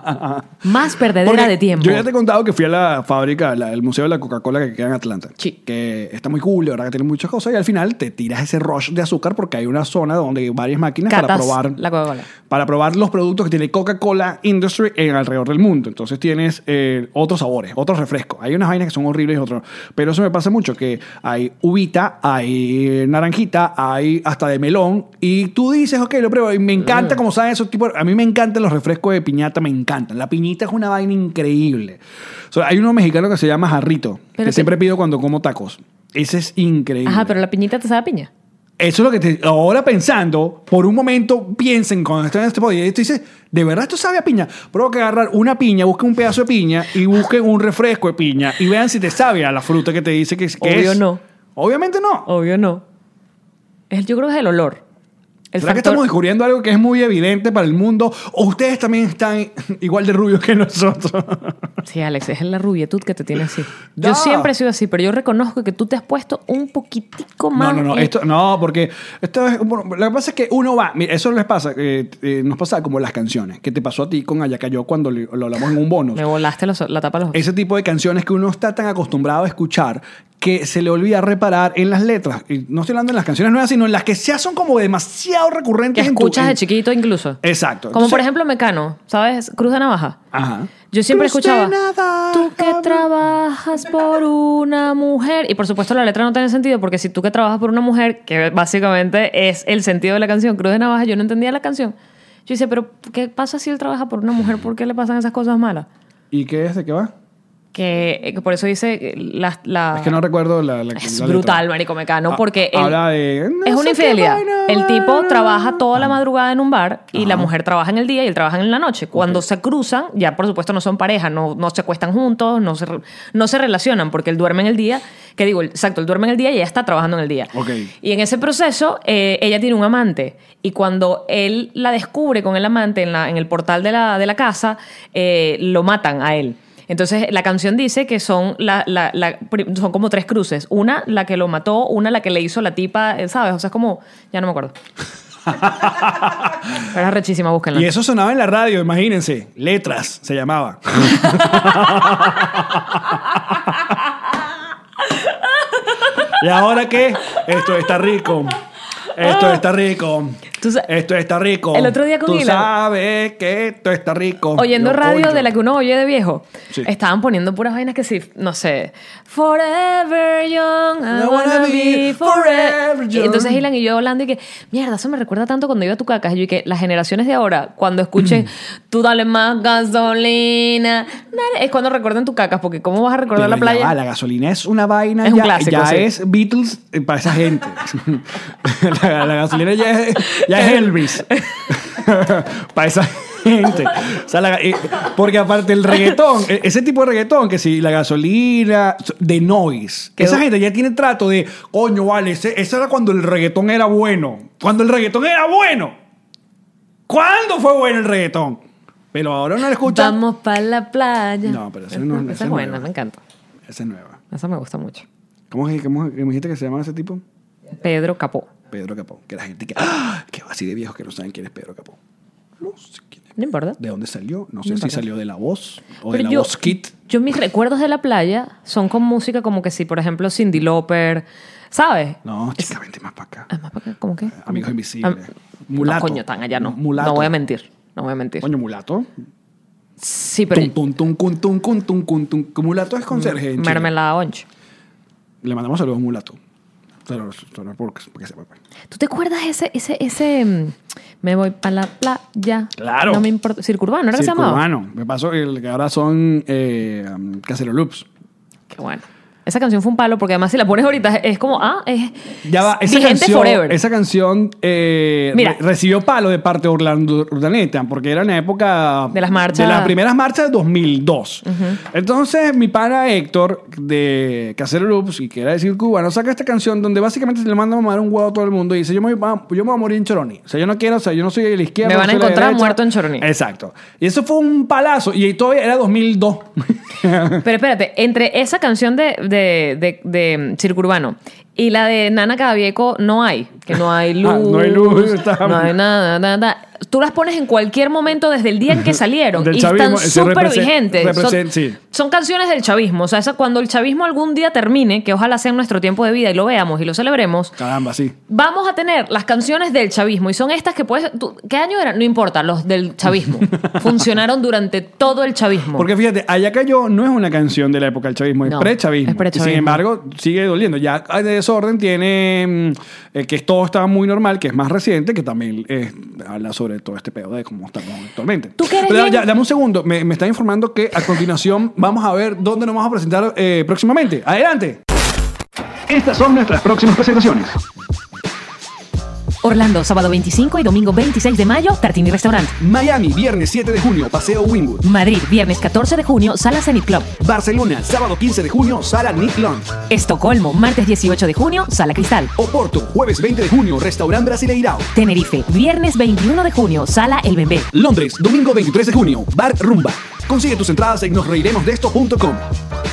[SPEAKER 1] Más perdedera
[SPEAKER 3] Porque
[SPEAKER 1] de tiempo.
[SPEAKER 3] Yo ya te he contado que fui a la fábrica, la- el Museo de la Coca-Cola que queda en Atlanta.
[SPEAKER 1] Sí.
[SPEAKER 3] Que está muy cool, la verdad que tiene muchas cosas. Y al final te tiras ese rush de azúcar porque hay una zona donde hay varias máquinas para
[SPEAKER 1] Catas
[SPEAKER 3] probar.
[SPEAKER 1] la Coca-Cola.
[SPEAKER 3] Para probar los productos que tiene Coca-Cola Industry en alrededor del mundo. Entonces tienes eh, otros sabores, otros refrescos. Hay unas vainas que son horribles y otros. Pero eso me pasa mucho, que hay uvita, hay naranjita, hay hasta de melón. Y tú dices, ok, lo pruebo. Y me encanta
[SPEAKER 1] Ah.
[SPEAKER 3] como saben esos tipos. A mí me encantan los refrescos de piñata, me encantan. La piñita es una vaina increíble. O sea, hay uno mexicano que se llama jarrito, que
[SPEAKER 1] Pero te-
[SPEAKER 3] siempre pido cuando como tacos. Ese es increíble.
[SPEAKER 1] Ajá, pero la piñita te sabe a piña.
[SPEAKER 3] Eso es lo que te, ahora pensando, por un momento piensen cuando estén en este podcast y tú dices, de verdad esto sabe a piña. Prueba que agarrar una piña, busquen un pedazo de piña y busquen un refresco de piña y vean si te sabe a la fruta que te dice que, es- que
[SPEAKER 1] Obvio
[SPEAKER 3] es.
[SPEAKER 1] no.
[SPEAKER 3] Obviamente no.
[SPEAKER 1] Obvio no. Es- yo creo que es el olor. El
[SPEAKER 3] ¿Será que
[SPEAKER 1] factor-
[SPEAKER 3] estamos descubriendo algo que es muy evidente para el mundo? ¿O ustedes también están igual de rubios que nosotros?
[SPEAKER 1] Sí, Alex, es la rubietud que te tiene así.
[SPEAKER 3] No.
[SPEAKER 1] Yo siempre he sido así, pero yo reconozco que tú te has puesto un poquitico
[SPEAKER 3] No,
[SPEAKER 1] más.
[SPEAKER 3] no, no,
[SPEAKER 1] y-
[SPEAKER 3] esto, no, porque esto es, bueno, lo que pasa es que uno va, mira, eso les pasa, eh, eh, nos pasa como las canciones, que te pasó a ti con Ayacayó cuando le- lo hablamos en un bonus.
[SPEAKER 1] Me volaste los- la tapa de los ojos.
[SPEAKER 3] ese tipo de canciones que uno está tan acostumbrado a escuchar que se le olvida reparar en las letras. Y no estoy hablando en las canciones nuevas, sino en las que ya son como demasiado
[SPEAKER 1] Que
[SPEAKER 3] recurrentes. en tu-
[SPEAKER 1] escuchas de
[SPEAKER 3] en-
[SPEAKER 1] chiquito incluso.
[SPEAKER 3] Exacto.
[SPEAKER 1] Como por
[SPEAKER 3] Entonces-
[SPEAKER 1] ejemplo Mecano, ¿sabes? Cruz de Navaja.
[SPEAKER 3] Ajá.
[SPEAKER 1] Yo siempre
[SPEAKER 3] Cruz de
[SPEAKER 1] escuchaba
[SPEAKER 3] navaja.
[SPEAKER 1] Tú que trabajas por una mujer. Y por supuesto la letra no tiene sentido porque si tú que trabajas por una mujer, que básicamente es el sentido de la canción, Cruz de Navaja, yo no entendía la canción. Yo decía, pero ¿qué pasa si él trabaja por una mujer? ¿Por qué le pasan esas cosas malas?
[SPEAKER 3] ¿Y qué es? ¿De qué va?
[SPEAKER 1] Que, eh, que por eso dice eh, la... la-
[SPEAKER 3] Es que no recuerdo la, la-
[SPEAKER 1] Es
[SPEAKER 3] la
[SPEAKER 1] brutal,
[SPEAKER 3] letra.
[SPEAKER 1] marico mecano,
[SPEAKER 3] Ah,
[SPEAKER 1] porque él-
[SPEAKER 3] habla de, no
[SPEAKER 1] es
[SPEAKER 3] sé qué
[SPEAKER 1] una infidelidad.
[SPEAKER 3] vaina,
[SPEAKER 1] El tipo
[SPEAKER 3] vaina.
[SPEAKER 1] trabaja toda la madrugada en un bar y la mujer trabaja en el día y él trabaja en la noche. Cuando se cruzan, ya por supuesto no son pareja, no, no se acuestan juntos, no se, re- no se relacionan porque él duerme en el día, que digo, exacto, él duerme en el día y ella está trabajando en el día.
[SPEAKER 3] Ok.
[SPEAKER 1] Y en ese proceso, eh, ella tiene un amante. Y cuando él la descubre con el amante en, la- en el portal de la, de la casa, eh, lo matan a él. Entonces, la canción dice que son, la, la- la- pri- son como tres cruces. Una, la que lo mató, una, la que le hizo la tipa, eh, ¿sabes? O sea, es como... Ya no me acuerdo. Pero Era rechísima, búsquenla.
[SPEAKER 3] Y eso sonaba en la radio, imagínense. Letras se llamaba. ¿Y ahora qué? Esto está rico. Esto está rico.
[SPEAKER 1] Tú sa-
[SPEAKER 3] Esto está rico.
[SPEAKER 1] El otro día con
[SPEAKER 3] Tú
[SPEAKER 1] Ilan.
[SPEAKER 3] sabes que esto está rico.
[SPEAKER 1] oyendo
[SPEAKER 3] Yo,
[SPEAKER 1] radio
[SPEAKER 3] coño.
[SPEAKER 1] de la que uno oye de viejo.
[SPEAKER 3] Sí.
[SPEAKER 1] Estaban poniendo puras vainas que sí, no sé. Forever young, I
[SPEAKER 3] I wanna
[SPEAKER 1] wanna
[SPEAKER 3] be
[SPEAKER 1] be
[SPEAKER 3] forever
[SPEAKER 1] forever
[SPEAKER 3] young.
[SPEAKER 1] young. Entonces Ilan y yo hablando y que, mierda, eso me recuerda tanto cuando iba a tu caca. Y yo y que las generaciones de ahora, cuando escuchen,
[SPEAKER 3] Mm.
[SPEAKER 1] tú dale más gasolina, dale", es cuando recuerdan tu caca, porque ¿cómo vas a recordar
[SPEAKER 3] Pero
[SPEAKER 1] la
[SPEAKER 3] ya
[SPEAKER 1] playa?
[SPEAKER 3] va, la gasolina es una vaina.
[SPEAKER 1] Es un
[SPEAKER 3] ya,
[SPEAKER 1] clásico,
[SPEAKER 3] ya
[SPEAKER 1] sí.
[SPEAKER 3] es Beatles eh, para esa gente. la, la gasolina ya es, ya es Elvis. para esa gente. O sea, la- eh, porque aparte el reggaetón, eh, ese tipo de reggaetón, que si la gasolina, de noise.
[SPEAKER 1] Quedó-
[SPEAKER 3] Esa gente ya tiene trato de, coño, vale, ese, eso era cuando el reggaetón era bueno. Cuando el reggaetón era bueno. ¿Cuándo fue bueno el reggaetón? Pero ahora no lo escuchan.
[SPEAKER 1] Vamos para la playa.
[SPEAKER 3] No, pero esa no-
[SPEAKER 1] Esa
[SPEAKER 3] esa
[SPEAKER 1] es
[SPEAKER 3] no
[SPEAKER 1] buena,
[SPEAKER 3] era.
[SPEAKER 1] me encanta.
[SPEAKER 3] Esa es nueva.
[SPEAKER 1] Esa me gusta mucho.
[SPEAKER 3] ¿Cómo, es que- cómo, cómo dijiste que se llamaba ese tipo?
[SPEAKER 1] Pedro Capó.
[SPEAKER 3] Pedro Capó. Que la gente que, ¡Ah! que así de viejos que no saben quién es Pedro Capó. No sé quién es.
[SPEAKER 1] No importa.
[SPEAKER 3] ¿De dónde salió? No sé
[SPEAKER 1] No
[SPEAKER 3] si
[SPEAKER 1] importa.
[SPEAKER 3] salió de La Voz o de
[SPEAKER 1] Pero
[SPEAKER 3] La
[SPEAKER 1] yo,
[SPEAKER 3] Voz Kit.
[SPEAKER 1] yo mis recuerdos de la playa son con música como que si, por ejemplo, Cindy Lauper, ¿sabes?
[SPEAKER 3] No, chica, vente más para acá.
[SPEAKER 1] Además, ¿para qué? ¿Cómo qué?
[SPEAKER 3] Amigos
[SPEAKER 1] Am-
[SPEAKER 3] Invisibles. Mulato.
[SPEAKER 1] Ah, No, coño, tan allá no.
[SPEAKER 3] Mulato.
[SPEAKER 1] No voy a mentir. No voy a mentir.
[SPEAKER 3] Coño, mulato.
[SPEAKER 1] sí, pero...
[SPEAKER 3] Tum, tum, tum, cum, tum, cum, tum, cum, tum. Mulato es conserje. en Chile.
[SPEAKER 1] mermelada Onch.
[SPEAKER 3] Le mandamos saludos a Mulato. Saludos, saludos, porque, porque sepa, pues.
[SPEAKER 1] ¿Tú te acuerdas ese... ese, ese mm, me voy para la playa.
[SPEAKER 3] Claro.
[SPEAKER 1] No me importa. Circurbano, ¿era que se
[SPEAKER 3] Circo
[SPEAKER 1] llamaba?
[SPEAKER 3] Urbano. Me pasó el que ahora son eh, um, Caceroloops.
[SPEAKER 1] Qué bueno. Esa canción fue un palo porque además si la pones ahorita es como... Ah, es...
[SPEAKER 3] Ya va, esa
[SPEAKER 1] vigente
[SPEAKER 3] canción,
[SPEAKER 1] forever.
[SPEAKER 3] Esa canción eh,
[SPEAKER 1] Mira.
[SPEAKER 3] re- recibió palo de parte de Orlando Urdaneta, porque era en la época...
[SPEAKER 1] De las marchas.
[SPEAKER 3] De las primeras marchas de 2002. Entonces, mi pana Héctor, de Casero Loops, y que era decir cubano, saca esta canción donde básicamente se le manda a mamar un huevo a todo el mundo y dice, yo me, voy- yo me voy a morir en Choroni. O sea, yo no quiero, o sea, yo no soy de la izquierda.
[SPEAKER 1] Me
[SPEAKER 3] no
[SPEAKER 1] van a
[SPEAKER 3] soy de la
[SPEAKER 1] encontrar
[SPEAKER 3] derecha.
[SPEAKER 1] muerto en Choroní.
[SPEAKER 3] Exacto. Y eso fue un palazo. Y todavía era 2002.
[SPEAKER 1] Pero espérate, entre esa canción de, de, de, de mm, Circo Urbano y la de Nana Cadavieco, no hay. Que no hay luz.
[SPEAKER 3] Ah, no hay luz, está-
[SPEAKER 1] no hay nada, nada, nada. Tú las pones en cualquier momento desde el día en que salieron.
[SPEAKER 3] Del
[SPEAKER 1] y
[SPEAKER 3] chavismo, se
[SPEAKER 1] están súper
[SPEAKER 3] represen-
[SPEAKER 1] vigentes.
[SPEAKER 3] represen-
[SPEAKER 1] Son,
[SPEAKER 3] sí.
[SPEAKER 1] son canciones del chavismo. O sea, esa- cuando el chavismo algún día termine, que ojalá sea en nuestro tiempo de vida y lo veamos y lo celebremos,
[SPEAKER 3] Caramba, sí.
[SPEAKER 1] Vamos a tener las canciones del chavismo y son estas que puedes. tú- ¿Qué año eran? No importa, los del chavismo. Funcionaron durante todo el chavismo.
[SPEAKER 3] Porque fíjate, Allá Cayó no es una canción de la época del chavismo, es
[SPEAKER 1] No,
[SPEAKER 3] prechavismo.
[SPEAKER 1] es prechavismo.
[SPEAKER 3] Y Sin embargo, sigue doliendo. Ya ah, de desorden tiene mm, eh, que todo está muy normal, que es más reciente, que también eh, habla sobre todo este pedo de cómo estamos actualmente.
[SPEAKER 1] Tú que eres
[SPEAKER 3] Pero ya,
[SPEAKER 1] bien-
[SPEAKER 3] ya, dame un segundo, me, me está informando que a continuación vamos a ver dónde nos vamos a presentar eh, próximamente. Adelante. Estas son nuestras próximas presentaciones.
[SPEAKER 6] Orlando, sábado 25 y domingo 26 de mayo, Tartini Restaurant.
[SPEAKER 3] Miami, viernes 7 de junio, Paseo Winwood.
[SPEAKER 6] Madrid, viernes 14 de junio, Sala Zenit Club.
[SPEAKER 3] Barcelona, sábado 15 de junio, Sala Nick Lunch.
[SPEAKER 6] Estocolmo, martes 18 de junio, Sala Cristal.
[SPEAKER 3] Oporto, jueves 20 de junio, Restaurante Brasileirao.
[SPEAKER 6] Tenerife, viernes 21 de junio, Sala El Bembé.
[SPEAKER 3] Londres, domingo 23 de junio, Bar Rumba. Consigue tus entradas en nosreiremosdeesto.com.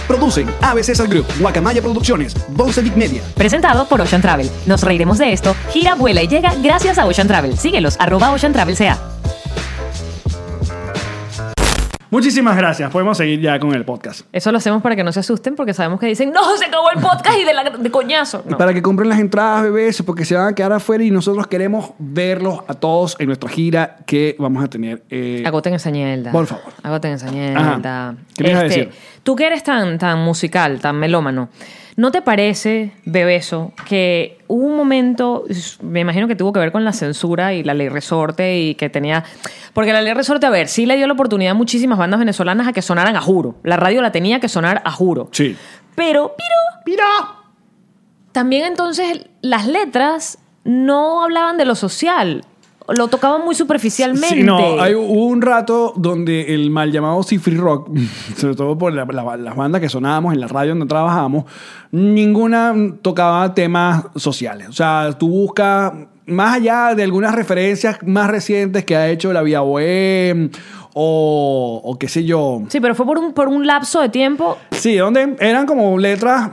[SPEAKER 3] Producen ABC Sal Group, Guacamaya Producciones, Bolsevik Media.
[SPEAKER 6] Presentado por Ocean Travel. Nos reiremos de esto. Gira, vuela y llega gracias a Ocean Travel. Síguelos, arroba Ocean Travel sea.
[SPEAKER 3] Muchísimas gracias. Podemos seguir ya con el podcast.
[SPEAKER 1] Eso lo hacemos para que no se asusten porque sabemos que dicen, no, se acabó el podcast y de, la- de coñazo.
[SPEAKER 3] Y
[SPEAKER 1] No.
[SPEAKER 3] para que compren las entradas, bebés, porque se van a quedar afuera y nosotros queremos verlos a todos en nuestra gira que vamos a tener. eh,
[SPEAKER 1] Agoten esa ñelda.
[SPEAKER 3] Por favor.
[SPEAKER 1] Agoten esa ñelda. Este,
[SPEAKER 3] Ajá. ¿Qué me ibas a decir?
[SPEAKER 1] Tú que eres tan, tan musical, tan melómano, ¿no te parece, Bebeso, que hubo un momento, me imagino que tuvo que ver con la censura y la ley resorte y que tenía... Porque la ley resorte, a ver, sí le dio la oportunidad a muchísimas bandas venezolanas a que sonaran a juro. La radio la tenía que sonar a juro.
[SPEAKER 3] sí.
[SPEAKER 1] Pero, pero,
[SPEAKER 3] ¡Mira!
[SPEAKER 1] también entonces las letras no hablaban de lo social. Lo tocaban muy superficialmente.
[SPEAKER 3] Sí, no, hay, hubo un rato donde el mal llamado Cifri Rock, sobre todo por la- la- las bandas que sonábamos en la radio donde trabajábamos, ninguna tocaba temas sociales. O sea, tú buscas, más allá de algunas referencias más recientes que ha hecho la Vía Bohem o, o qué sé yo,
[SPEAKER 1] Sí, pero fue por un, por un lapso de tiempo,
[SPEAKER 3] Sí, donde eran como letras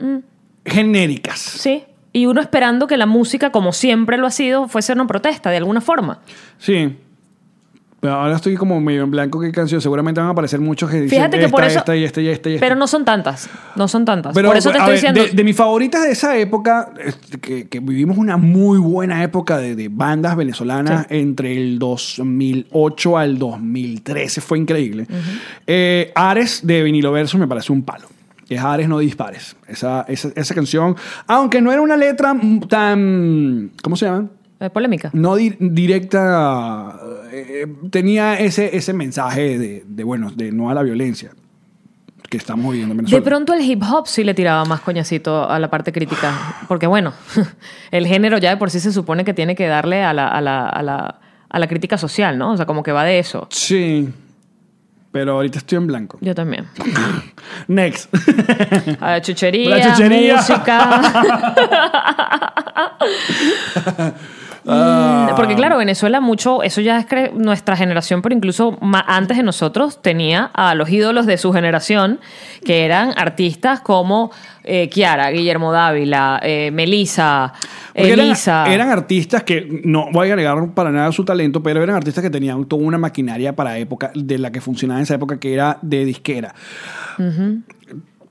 [SPEAKER 1] Mm.
[SPEAKER 3] genéricas.
[SPEAKER 1] sí. Y uno esperando que la música, como siempre lo ha sido, fuese una protesta, de alguna forma.
[SPEAKER 3] Sí. Pero ahora estoy como medio en blanco qué canción. Seguramente van a aparecer muchos que dicen
[SPEAKER 1] Fíjate que
[SPEAKER 3] esta,
[SPEAKER 1] por eso...
[SPEAKER 3] esta y esta y esta y esta.
[SPEAKER 1] Pero no son tantas, no son tantas.
[SPEAKER 3] Pero,
[SPEAKER 1] por eso te
[SPEAKER 3] a
[SPEAKER 1] estoy
[SPEAKER 3] ver,
[SPEAKER 1] diciendo...
[SPEAKER 3] De, de mis favoritas de esa época, este, que, que vivimos una muy buena época de, de bandas venezolanas entre el 2008 al 2013, fue increíble. Eh, Ares de Vinilo Verso me parece un palo. Es Ares no dispares. Esa, esa, esa canción, aunque no era una letra mm, tan. ¿Cómo se llama?
[SPEAKER 1] eh, polémica.
[SPEAKER 3] No di- directa. eh, tenía ese, ese mensaje de, de, bueno, de no a la violencia que estamos viviendo en Venezuela.
[SPEAKER 1] De pronto el hip hop sí le tiraba más coñacito a la parte crítica, porque bueno, el género ya de por sí se supone que tiene que darle a la, a la, a la, a la crítica social, ¿no? O sea, como que va de eso.
[SPEAKER 3] Sí. Pero ahorita estoy en blanco.
[SPEAKER 1] Yo también.
[SPEAKER 3] Next.
[SPEAKER 1] A la chuchería,
[SPEAKER 3] La chuchería.
[SPEAKER 1] música.
[SPEAKER 3] Ah.
[SPEAKER 1] Mm, Porque claro, Venezuela mucho, eso ya es cre- nuestra generación, pero incluso ma- antes de nosotros tenía a los ídolos de su generación, que eran artistas como eh, Kiara, Guillermo Dávila, eh, Melissa,
[SPEAKER 3] Porque eran-
[SPEAKER 1] Elisa.
[SPEAKER 3] Eran, artistas que no voy a agregar para nada su talento, pero eran artistas que tenían toda una maquinaria para época, de la que funcionaba en esa época, que era de disquera.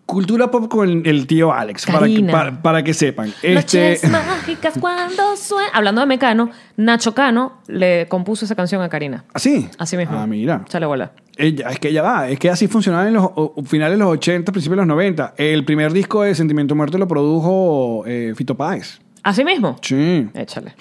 [SPEAKER 3] Cultura pop con el, el tío Alex, para que,
[SPEAKER 1] Karina.
[SPEAKER 3] para, para que sepan.
[SPEAKER 1] Noches
[SPEAKER 3] Este,
[SPEAKER 1] mágicas cuando suena. Hablando de Mecano, Nacho Cano le compuso esa canción a Karina.
[SPEAKER 3] ¿Así?
[SPEAKER 1] Así mismo.
[SPEAKER 3] Ah, mira.
[SPEAKER 1] Chale bola.
[SPEAKER 3] Ella- es que ya va, es que así funcionaba en los o- finales de los 80, principios de los 90. El primer disco de Sentimiento Muerto lo produjo eh, Fito Páez.
[SPEAKER 1] Así mismo.
[SPEAKER 3] Sí.
[SPEAKER 1] Échale.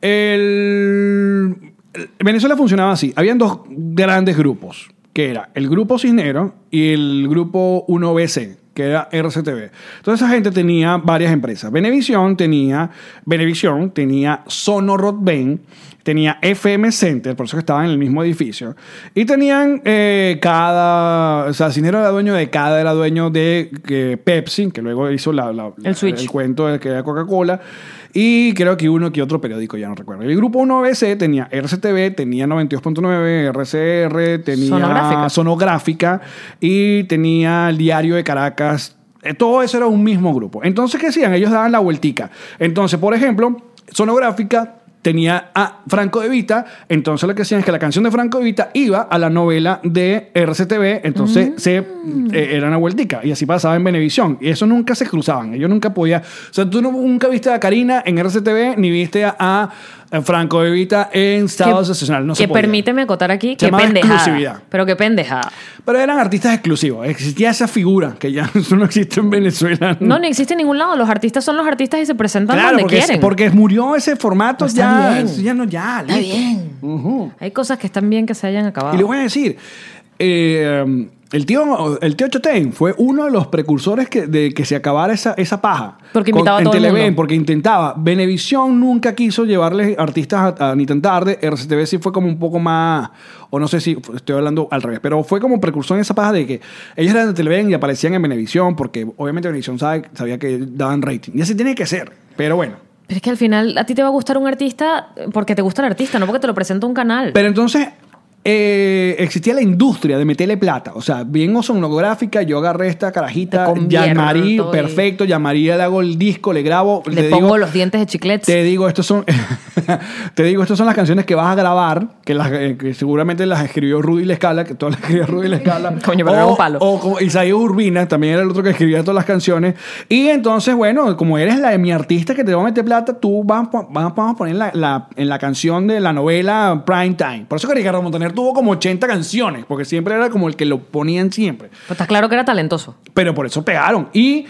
[SPEAKER 3] El, el- Venezuela funcionaba así. Habían dos grandes grupos, que era el grupo Cisnero y el grupo 1BC, que era RCTV. Entonces esa gente tenía varias empresas. Benevisión tenía, Benevisión tenía Sonorodben, tenía FM Center, por eso que estaban en el mismo edificio, y tenían eh, cada, o sea, Cisnero era dueño de cada, era dueño de eh, Pepsi, que luego hizo la, la-
[SPEAKER 1] El Switch.
[SPEAKER 3] el cuento de que era Coca-Cola. Y creo que uno que otro periódico, ya no recuerdo. El grupo 1BC tenía RCTV, tenía 92.9, RCR, tenía
[SPEAKER 1] Sonográfica.
[SPEAKER 3] Sonográfica y tenía el Diario de Caracas. Eh, Todo eso era un mismo grupo. Entonces, ¿qué hacían? Ellos daban la vueltica. Entonces, por ejemplo, Sonográfica tenía a Franco de Vita, entonces lo que hacían es que la canción de Franco de Vita iba a la novela de RCTV, entonces se, eh, era una vueltica y así pasaba en Venevisión y eso nunca se cruzaban, ellos nunca podían, o sea, tú no- nunca viste a Karina en RCTV ni viste a, a Franco de Vita en Sábado Sensacional, no se
[SPEAKER 1] que
[SPEAKER 3] podía.
[SPEAKER 1] permíteme acotar aquí,
[SPEAKER 3] Se
[SPEAKER 1] qué
[SPEAKER 3] llamaba
[SPEAKER 1] pendejada.
[SPEAKER 3] exclusividad.
[SPEAKER 1] Pero qué pendejada.
[SPEAKER 3] Pero eran artistas exclusivos, existía esa figura que ya eso no existe en Venezuela.
[SPEAKER 1] No, no existe en ningún lado. Los artistas son los artistas y se presentan
[SPEAKER 3] Mm. Claro,
[SPEAKER 1] donde
[SPEAKER 3] porque,
[SPEAKER 1] quieren.
[SPEAKER 3] porque murió ese formato
[SPEAKER 1] Pues está
[SPEAKER 3] ya,
[SPEAKER 1] bien.
[SPEAKER 3] eso ya no ya. listo. Ujú.
[SPEAKER 1] Hay cosas que están bien que se hayan acabado.
[SPEAKER 3] Y les voy a decir, eh, el tío, el tío Chotén fue uno de los precursores que, de que se acabara esa, esa paja.
[SPEAKER 1] Porque invitaba a
[SPEAKER 3] en
[SPEAKER 1] todo el
[SPEAKER 3] Televen,
[SPEAKER 1] mundo.
[SPEAKER 3] Porque intentaba. Benevisión nunca quiso llevarles artistas a, a ni tan tarde. RCTV sí fue como un poco más, o no sé si estoy hablando al revés, pero fue como precursor en esa paja de que ellos eran de Televen y aparecían en Benevisión porque obviamente Benevisión sabe- sabía que daban rating. Y así tiene que ser. Pero bueno.
[SPEAKER 1] Pero es que al final a ti te va a gustar un artista porque te gusta el artista, no porque te lo presenta un canal.
[SPEAKER 3] Pero entonces, eh, existía la industria de meterle plata. O sea, bien oceanográfica, yo agarré esta carajita,
[SPEAKER 1] Te convierto
[SPEAKER 3] llamarí,
[SPEAKER 1] y-
[SPEAKER 3] perfecto, llamaría, le hago el disco, le grabo,
[SPEAKER 1] Le
[SPEAKER 3] digo-
[SPEAKER 1] pongo los dientes de chiclets.
[SPEAKER 3] te digo, estos son, te digo, estas son las canciones que vas a grabar, que, las, eh, que seguramente las escribió Rudy Lescala, que todas las escribió Rudy Lescala.
[SPEAKER 1] Coño, pero
[SPEAKER 3] O-
[SPEAKER 1] era un palo.
[SPEAKER 3] O como Isaías Urbina, también era el otro que escribía todas las canciones. Y entonces, bueno, como eres la de mi artista que te va a meter plata, tú vas, a po- vas, a- vamos a poner la, la- en la canción de la novela Prime Time. Por eso que Ricardo Montaner tuvo como 80 canciones, porque siempre era como el que lo ponían siempre.
[SPEAKER 1] Pues está claro que era talentoso.
[SPEAKER 3] Pero por eso pegaron. Y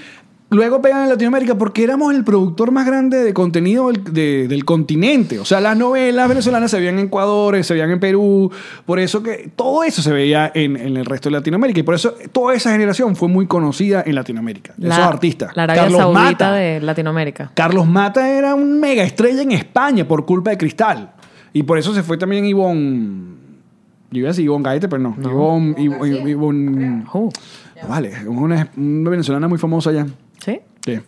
[SPEAKER 3] luego pegan en Latinoamérica porque éramos el productor más grande de contenido del, de- del continente. O sea, las novelas venezolanas se veían en Ecuador, se veían en Perú. Por eso que todo eso se veía en, en el resto de Latinoamérica. Y por eso toda esa generación fue muy conocida en Latinoamérica. Esos
[SPEAKER 1] La-
[SPEAKER 3] artistas.
[SPEAKER 1] La Arabia
[SPEAKER 3] Carlos
[SPEAKER 1] Saudita
[SPEAKER 3] Mata.
[SPEAKER 1] de Latinoamérica.
[SPEAKER 3] Carlos Mata era un mega estrella en España por culpa de Cristal. Y por eso se fue también Ivonne. Yo iba a decir Ivonne Gaete, pero no. Ivonne. Ivonne- Ivonne-
[SPEAKER 1] Uh,
[SPEAKER 3] no Vale, es una, una venezolana muy famosa allá.
[SPEAKER 1] ¿Sí?
[SPEAKER 3] Sí.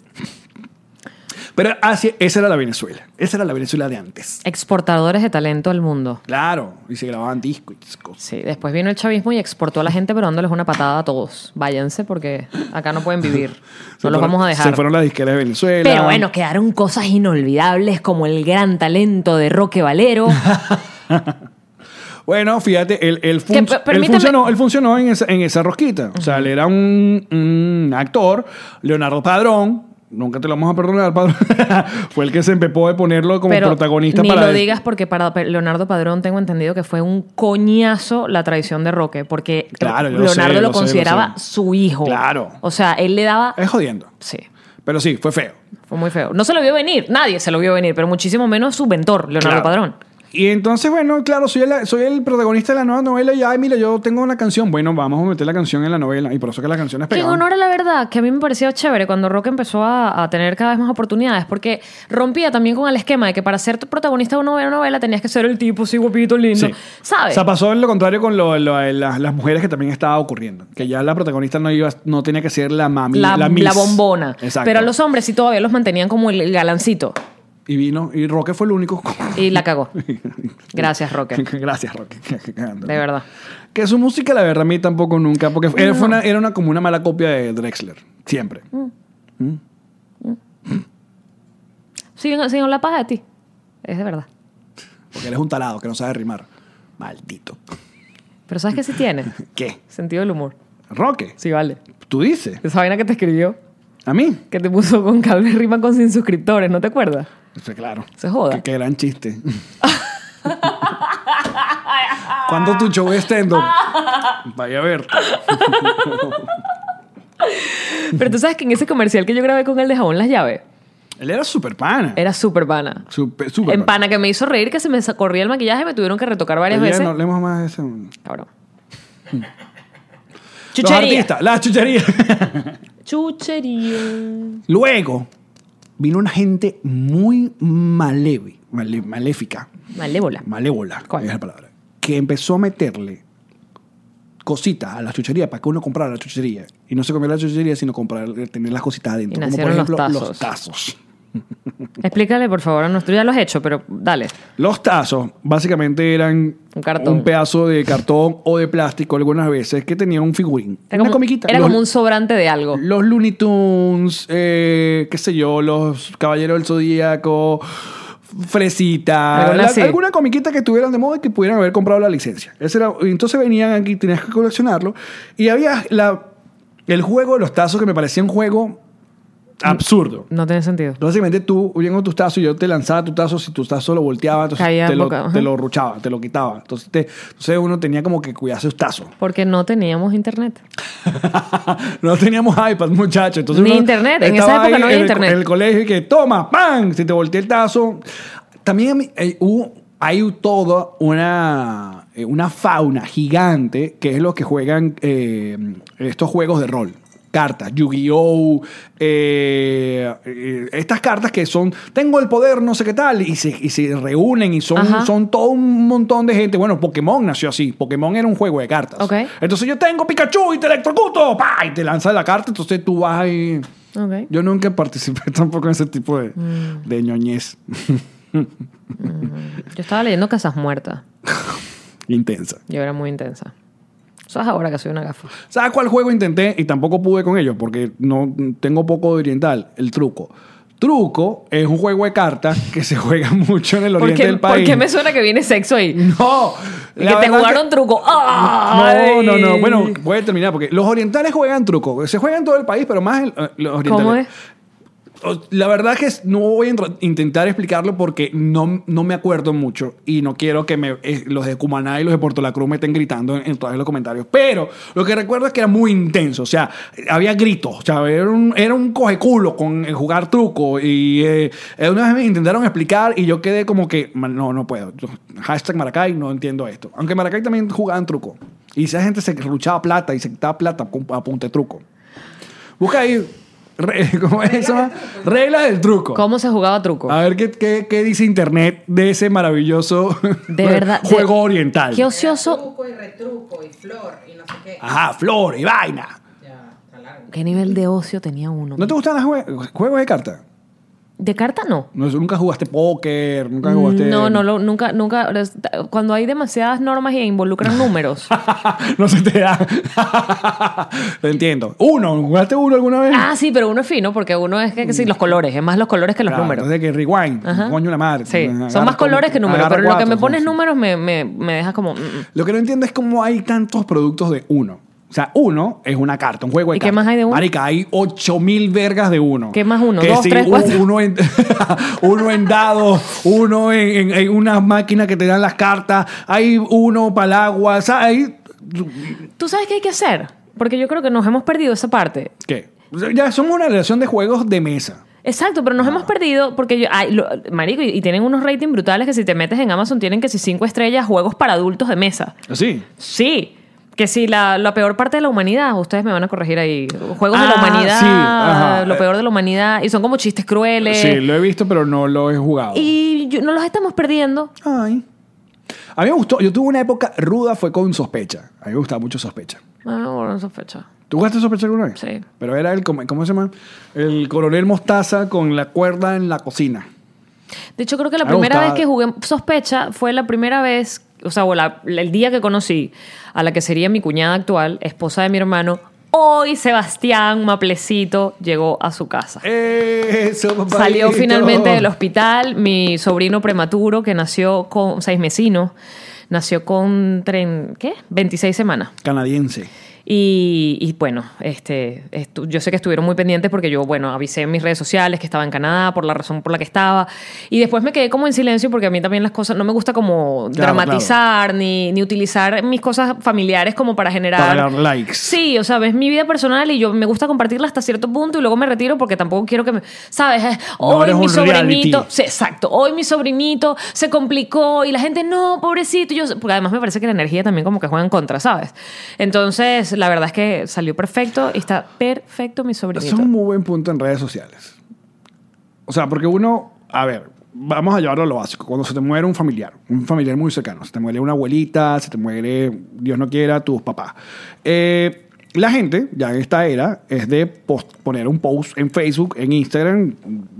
[SPEAKER 3] Pero así- esa era la Venezuela. Esa era la Venezuela de antes.
[SPEAKER 1] Exportadores de talento al mundo.
[SPEAKER 3] Claro, y se grababan discos y cosas.
[SPEAKER 1] Sí, después vino el chavismo y exportó a la gente, pero dándoles una patada a todos. Váyanse porque acá no pueden vivir. No
[SPEAKER 3] Se
[SPEAKER 1] los
[SPEAKER 3] fueron-
[SPEAKER 1] vamos a
[SPEAKER 3] Se
[SPEAKER 1] dejar.
[SPEAKER 3] fueron las disqueras de Venezuela.
[SPEAKER 1] Pero bueno, quedaron cosas inolvidables como el gran talento de Roque Valero.
[SPEAKER 3] Bueno, fíjate, él, él fun-
[SPEAKER 1] Que, pe-
[SPEAKER 3] él
[SPEAKER 1] permíteme-
[SPEAKER 3] funcionó, él funcionó en, esa, en esa rosquita. O sea, él era un, un actor, Leonardo Padrón. Nunca te lo vamos a perdonar, Padrón. Fue el que se empepó de ponerlo como
[SPEAKER 1] pero
[SPEAKER 3] protagonista
[SPEAKER 1] ni
[SPEAKER 3] para
[SPEAKER 1] lo
[SPEAKER 3] él.
[SPEAKER 1] digas porque para Leonardo Padrón tengo entendido que fue un coñazo la traición de Roque porque
[SPEAKER 3] Claro, yo lo sé,
[SPEAKER 1] Leonardo
[SPEAKER 3] lo
[SPEAKER 1] lo,
[SPEAKER 3] sé, lo
[SPEAKER 1] consideraba
[SPEAKER 3] sé.
[SPEAKER 1] su hijo.
[SPEAKER 3] Claro.
[SPEAKER 1] O sea, él le daba...
[SPEAKER 3] Es jodiendo.
[SPEAKER 1] Sí,
[SPEAKER 3] Pero sí, fue feo.
[SPEAKER 1] fue muy feo. No se lo vio venir, nadie se lo vio venir, pero muchísimo menos su mentor, Leonardo
[SPEAKER 3] Claro.
[SPEAKER 1] Padrón.
[SPEAKER 3] Y entonces, bueno, claro, soy el, soy el protagonista de la nueva novela y, ay, mira, yo tengo una canción. Bueno, vamos a meter la canción en la novela. Y por eso que la canción es
[SPEAKER 1] Que en
[SPEAKER 3] pegada.
[SPEAKER 1] honor a la verdad, que a mí me parecía chévere cuando Roque empezó a, a tener cada vez más oportunidades, porque rompía también con el esquema de que para ser protagonista de una novela, novela tenías que ser el tipo, sí, guapito, lindo.
[SPEAKER 3] Sí. O
[SPEAKER 1] ¿Sabes?
[SPEAKER 3] sea, pasó lo contrario con lo- lo- eh, las, las mujeres que también estaba ocurriendo. Que ya la protagonista no iba, no tenía que ser la mami,
[SPEAKER 1] la,
[SPEAKER 3] la, miss.
[SPEAKER 1] la bombona.
[SPEAKER 3] Exacto.
[SPEAKER 1] Pero a los hombres sí todavía los mantenían como el, el galancito.
[SPEAKER 3] Y vino, y Roque fue el único.
[SPEAKER 1] Y la cagó. Gracias, Roque.
[SPEAKER 3] Gracias, Roque.
[SPEAKER 1] De verdad.
[SPEAKER 3] Que su música, la verdad, a mí tampoco nunca, porque era, fue una, era una, como una mala copia de Drexler. Siempre.
[SPEAKER 1] Mm. Siguen, siguen la paja de ti. Es de verdad.
[SPEAKER 3] Porque él es un talado que no sabe rimar. Maldito.
[SPEAKER 1] Pero ¿sabes qué sí tiene?
[SPEAKER 3] ¿Qué?
[SPEAKER 1] Sentido del humor.
[SPEAKER 3] Roque,
[SPEAKER 1] Sí, vale.
[SPEAKER 3] tú dices.
[SPEAKER 1] Esa vaina que te escribió,
[SPEAKER 3] ¿A mí?
[SPEAKER 1] que te puso con cable rima con sin suscriptores, ¿no te acuerdas?
[SPEAKER 3] Sí, claro.
[SPEAKER 1] Se joda.
[SPEAKER 3] Qué, qué gran chiste. ¿Cuándo tu show es stand-up? Vaya a ver.
[SPEAKER 1] Pero tú sabes que en ese comercial que yo grabé con él de jabón las llaves,
[SPEAKER 3] Él era super pana.
[SPEAKER 1] era súper pana.
[SPEAKER 3] Super, super
[SPEAKER 1] En pana que me hizo reír, que se me sa- corría el maquillaje, me tuvieron que retocar varias
[SPEAKER 3] Oye,
[SPEAKER 1] veces.
[SPEAKER 3] no hablemos más de eso.
[SPEAKER 1] Cabrón.
[SPEAKER 3] Los
[SPEAKER 1] Chuchería.
[SPEAKER 3] artistas, la chuchería.
[SPEAKER 1] Chuchería.
[SPEAKER 3] Luego vino una gente muy malevi, male- maléfica,
[SPEAKER 1] Malévola.
[SPEAKER 3] malévola,
[SPEAKER 1] ¿Cuál?
[SPEAKER 3] es la palabra, que empezó a meterle cositas a la chuchería para que uno comprara la chuchería. Y no se comiera la chuchería, sino comprar, tener las cositas adentro.
[SPEAKER 1] Y
[SPEAKER 3] como por
[SPEAKER 1] nacieron los
[SPEAKER 3] ejemplo
[SPEAKER 1] tazos.
[SPEAKER 3] los tazos.
[SPEAKER 1] Explícale, por favor, a nuestro. Ya lo has hecho, pero dale.
[SPEAKER 3] Los tazos básicamente eran
[SPEAKER 1] Un cartón.
[SPEAKER 3] un pedazo de cartón o de plástico algunas veces que tenía un figurín.
[SPEAKER 1] Era,
[SPEAKER 3] una
[SPEAKER 1] como,
[SPEAKER 3] comiquita.
[SPEAKER 1] era
[SPEAKER 3] Los-
[SPEAKER 1] como un sobrante de algo.
[SPEAKER 3] Los Looney Tunes, eh, qué sé yo, los Caballeros del Zodíaco, Fresita,
[SPEAKER 1] Alguna
[SPEAKER 3] la-
[SPEAKER 1] así.
[SPEAKER 3] alguna comiquita que estuvieran de moda y que pudieran haber comprado la licencia. Ese era- y entonces venían aquí, tenías que coleccionarlo. Y había la, el juego de los tazos que me parecía un juego absurdo.
[SPEAKER 1] No tiene sentido.
[SPEAKER 3] Básicamente tú bien con tus tazos y yo te lanzaba tu tazo, si tu tazo lo volteaba, entonces
[SPEAKER 1] Caía
[SPEAKER 3] te, lo,
[SPEAKER 1] boca, ajá.
[SPEAKER 3] te lo ruchaba, te lo quitaba. Entonces, te- entonces uno tenía como que cuidar sus tazos.
[SPEAKER 1] Porque no teníamos internet.
[SPEAKER 3] no teníamos iPad, muchachos. Entonces
[SPEAKER 1] Ni
[SPEAKER 3] uno
[SPEAKER 1] internet. En esa
[SPEAKER 3] estaba
[SPEAKER 1] época
[SPEAKER 3] ahí
[SPEAKER 1] no había
[SPEAKER 3] en el-
[SPEAKER 1] internet.
[SPEAKER 3] En el colegio y que toma, ¡pam! Si te volteé el tazo. También a mí, eh, hubo- hay toda una, eh, una fauna gigante que es lo que juegan eh, estos juegos de rol. Cartas, Yu-Gi-Oh! eh, eh, estas cartas que son, tengo el poder, no sé qué tal, y se, y se reúnen y son,
[SPEAKER 1] Ajá.
[SPEAKER 3] son todo un montón de gente. Bueno, Pokémon nació así. Pokémon era un juego de cartas.
[SPEAKER 1] Ok.
[SPEAKER 3] Entonces yo tengo Pikachu y te electrocuto. ¡pa! Y te lanza la carta. Entonces tú vas ahí.
[SPEAKER 1] Ok.
[SPEAKER 3] Yo nunca participé tampoco en ese tipo de,
[SPEAKER 1] Mm.
[SPEAKER 3] de ñoñez.
[SPEAKER 1] Yo estaba leyendo Casas Muertas.
[SPEAKER 3] Intensa.
[SPEAKER 1] Yo era muy intensa. ¿Sabes ahora que soy una gafa?
[SPEAKER 3] ¿Sabes cuál juego intenté y tampoco pude con ellos? Porque no tengo poco de oriental. El truco. Truco es un juego de cartas que se juega mucho en el
[SPEAKER 1] ¿Por
[SPEAKER 3] oriente
[SPEAKER 1] qué,
[SPEAKER 3] del
[SPEAKER 1] por
[SPEAKER 3] país.
[SPEAKER 1] qué me suena que viene sexo ahí?
[SPEAKER 3] No.
[SPEAKER 1] Y
[SPEAKER 3] la
[SPEAKER 1] que te
[SPEAKER 3] verdad
[SPEAKER 1] jugaron truco. ¡Ay!
[SPEAKER 3] No, no, no. Bueno, voy a terminar porque los orientales juegan truco. Se juega en todo el país, pero más en eh, los orientales.
[SPEAKER 1] ¿Cómo es?
[SPEAKER 3] O- La verdad que es- no voy a entr- intentar explicarlo porque no, no me acuerdo mucho y no quiero que me, eh, los de Cumaná y los de Puerto La Cruz me estén gritando en, en todos los comentarios. Pero lo que recuerdo es que era muy intenso. O sea, había gritos. O sea, era un, era un cogeculo con el jugar truco. Y eh, eh, una vez me intentaron explicar y yo quedé como que, "Man, no, no puedo. Yo- Hashtag Maracay, no entiendo esto. Aunque en Maracay también jugaban truco. Y esa gente se ruchaba plata y se quitaba plata con- a punta de truco. Busca ahí. re- ¿Cómo es eso? Regla del truco.
[SPEAKER 1] ¿Cómo se jugaba truco?
[SPEAKER 3] A ver qué, qué, qué dice internet de ese maravilloso
[SPEAKER 1] De verdad. de-
[SPEAKER 3] juego oriental.
[SPEAKER 1] Qué ocioso.
[SPEAKER 5] Truco y retruco y flor y no sé qué.
[SPEAKER 3] Ajá, flor y vaina.
[SPEAKER 5] Ya, está largo.
[SPEAKER 1] ¿Qué nivel de ocio tenía uno?
[SPEAKER 3] ¿No te gustan los jue- juegos de cartas?
[SPEAKER 1] ¿De carta no?
[SPEAKER 3] No, nunca jugaste póker, nunca jugaste.
[SPEAKER 1] Mm, No, no, lo, nunca, nunca. Cuando hay demasiadas normas e involucran números.
[SPEAKER 3] no se te da. Lo entiendo. Uno, ¿jugaste uno alguna vez?
[SPEAKER 1] ah, sí, pero uno es fino porque uno es que, que sí, los colores, es más los colores que los
[SPEAKER 3] Claro,
[SPEAKER 1] números.
[SPEAKER 3] entonces que rewind,
[SPEAKER 1] Ajá.
[SPEAKER 3] coño la madre.
[SPEAKER 1] Sí, son
[SPEAKER 3] Agarra
[SPEAKER 1] más colores
[SPEAKER 3] como-
[SPEAKER 1] que números,
[SPEAKER 3] agarra
[SPEAKER 1] pero lo que me
[SPEAKER 3] cuatro,
[SPEAKER 1] pones
[SPEAKER 3] sí.
[SPEAKER 1] números me, me, me deja como. mm, mm.
[SPEAKER 3] Lo que no entiendo es cómo hay tantos productos de uno. O sea, uno es una carta, un juego de
[SPEAKER 1] ¿Y qué
[SPEAKER 3] cartas.
[SPEAKER 1] más hay de uno?
[SPEAKER 3] Marica, hay 8000 vergas de uno.
[SPEAKER 1] ¿Qué más uno?
[SPEAKER 3] Que
[SPEAKER 1] ¿Dos,
[SPEAKER 3] sí,
[SPEAKER 1] tres,
[SPEAKER 3] u-
[SPEAKER 1] cuatro?
[SPEAKER 3] Uno en, uno en dados, uno en, en- en una máquina que te dan las cartas, hay uno para el agua, o sea, hay...
[SPEAKER 1] ¿Tú sabes qué hay que hacer? Porque yo creo que nos hemos perdido esa parte.
[SPEAKER 3] ¿Qué? O sea, Ya somos una relación de juegos de mesa.
[SPEAKER 1] Exacto, pero nos
[SPEAKER 3] Ah.
[SPEAKER 1] hemos perdido porque yo, ay, lo- marico, y, y tienen unos ratings brutales que si te metes en Amazon tienen que si cinco estrellas juegos para adultos de mesa.
[SPEAKER 3] ¿Sí?
[SPEAKER 1] Sí, que si la, la peor parte de la humanidad, ustedes me van a corregir ahí, juegos de la
[SPEAKER 3] Ah,
[SPEAKER 1] humanidad,
[SPEAKER 3] sí, ajá.
[SPEAKER 1] lo peor de la humanidad, y son como chistes crueles.
[SPEAKER 3] Sí, lo he visto, pero no lo he jugado.
[SPEAKER 1] Y yo- no los estamos perdiendo.
[SPEAKER 3] Ay. A mí me gustó, yo tuve una época ruda, fue con sospecha. A mí me gustaba mucho sospecha.
[SPEAKER 1] Ah, bueno, sospecha.
[SPEAKER 3] ¿Tú jugaste sospecha alguna vez?
[SPEAKER 1] Sí.
[SPEAKER 3] Pero era el, com- ¿cómo se llama? El coronel Mostaza con la cuerda en la cocina.
[SPEAKER 1] De hecho, creo que la
[SPEAKER 3] Me ha
[SPEAKER 1] primera
[SPEAKER 3] gustado.
[SPEAKER 1] vez que jugué sospecha fue la primera vez, o sea, o la- el día que conocí a la que sería mi cuñada actual, esposa de mi hermano. Hoy Sebastián Maplecito llegó a su casa.
[SPEAKER 3] Eso, papadito.
[SPEAKER 1] Salió finalmente del hospital mi sobrino prematuro que nació con seis mesinos, nació con tren- ¿qué? 26 semanas.
[SPEAKER 3] Canadiense.
[SPEAKER 1] Y, y bueno, este, estu- yo sé que estuvieron muy pendientes porque yo, bueno, avisé en mis redes sociales que estaba en Canadá por la razón por la que estaba. Y después me quedé como en silencio porque a mí también las cosas, no me gusta como
[SPEAKER 3] Claro,
[SPEAKER 1] dramatizar Ni, ni utilizar mis cosas familiares como para generar...
[SPEAKER 3] Para dar likes.
[SPEAKER 1] Sí, o sea, ves mi vida personal y yo me gusta compartirla hasta cierto punto y luego me retiro porque tampoco quiero que me... ¿Sabes? Eh,
[SPEAKER 3] No
[SPEAKER 1] Hoy
[SPEAKER 3] eres
[SPEAKER 1] mi
[SPEAKER 3] un
[SPEAKER 1] sobrinito...
[SPEAKER 3] reality.
[SPEAKER 1] Sí, exacto. Hoy mi sobrinito se complicó y la gente, no, pobrecito. Yo, porque además me parece que la energía también como que juega en contra, ¿sabes? Entonces, la verdad es que salió perfecto y está perfecto mi
[SPEAKER 3] Eso
[SPEAKER 1] sobrinito.
[SPEAKER 3] es un muy buen punto en redes sociales. O sea, porque uno, a ver, vamos a llevarlo a lo básico. Cuando se te muere un familiar, un familiar muy cercano, se te muere una abuelita, se te muere, Dios no quiera, tus papás. Eh, la gente, ya en esta era, es de post- poner un post en Facebook, en Instagram,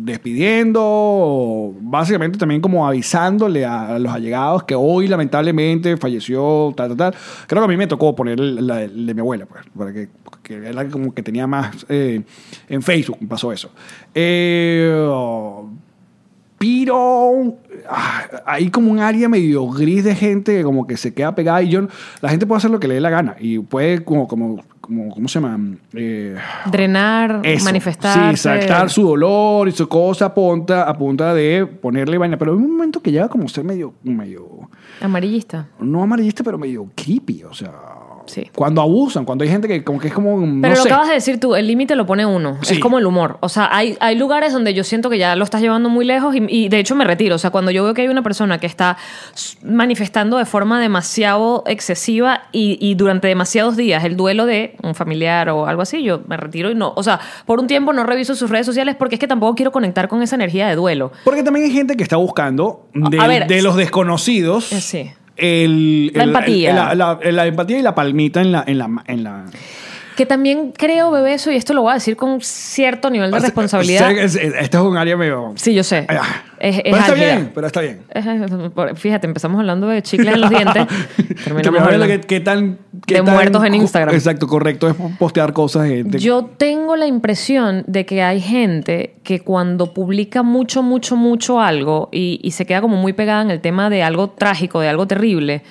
[SPEAKER 3] despidiendo, o básicamente también como avisándole a, a los allegados que hoy lamentablemente falleció, tal, tal, tal. Creo que a mí me tocó poner el- la, de- de mi abuela, pues, para que, que era la como que tenía más eh, en Facebook, pasó eso. Eh, pero ah, hay como un área medio gris de gente que como que se queda pegada y yo la gente puede hacer lo que le dé la gana y puede como como como cómo se llama Eh,
[SPEAKER 1] Drenar,
[SPEAKER 3] eso.
[SPEAKER 1] manifestar.
[SPEAKER 3] Sí, sacar su dolor y su cosa a punta, a punta de ponerle vaina. Pero hay un momento que llega como ser medio, medio,
[SPEAKER 1] Amarillista.
[SPEAKER 3] no amarillista, pero medio creepy. O sea,
[SPEAKER 1] Sí.
[SPEAKER 3] cuando abusan, cuando hay gente que como que es como, no
[SPEAKER 1] Pero lo
[SPEAKER 3] sé.
[SPEAKER 1] acabas de decir tú, el límite lo pone uno.
[SPEAKER 3] Sí.
[SPEAKER 1] Es como el humor. O sea, hay, hay lugares donde yo siento que ya lo estás llevando muy lejos y, y de hecho me retiro. O sea, cuando yo veo que hay una persona que está s- manifestando de forma demasiado excesiva y, y durante demasiados días el duelo de un familiar o algo así, yo me retiro y no. O sea, por un tiempo no reviso sus redes sociales porque es que tampoco quiero conectar con esa energía de duelo.
[SPEAKER 3] Porque también hay gente que está buscando de,
[SPEAKER 1] A ver,
[SPEAKER 3] de los desconocidos.
[SPEAKER 1] eh, sí.
[SPEAKER 3] el-
[SPEAKER 1] La
[SPEAKER 3] el-
[SPEAKER 1] empatía.
[SPEAKER 3] el- la, la- la empatía y la palmita en la, en la, en la,
[SPEAKER 1] Que también creo, bebé, eso, y esto lo voy a decir con cierto nivel de responsabilidad.
[SPEAKER 3] Sé que es- Este es un área medio.
[SPEAKER 1] Sí, yo sé.
[SPEAKER 3] Ah,
[SPEAKER 1] Es, es
[SPEAKER 3] pero está
[SPEAKER 1] álgida.
[SPEAKER 3] bien, pero está bien.
[SPEAKER 1] Fíjate, empezamos hablando de chicles en los dientes.
[SPEAKER 3] Terminamos
[SPEAKER 1] Terminamos
[SPEAKER 3] hablando
[SPEAKER 1] hablando.
[SPEAKER 3] qué- qué tan, qué
[SPEAKER 1] de
[SPEAKER 3] tan
[SPEAKER 1] muertos en
[SPEAKER 3] co-
[SPEAKER 1] Instagram.
[SPEAKER 3] Exacto, correcto es postear cosas. de- de-
[SPEAKER 1] Yo tengo la impresión de que hay gente que cuando publica mucho, mucho, mucho algo y, y se queda como muy pegada en el tema de algo trágico, de algo terrible,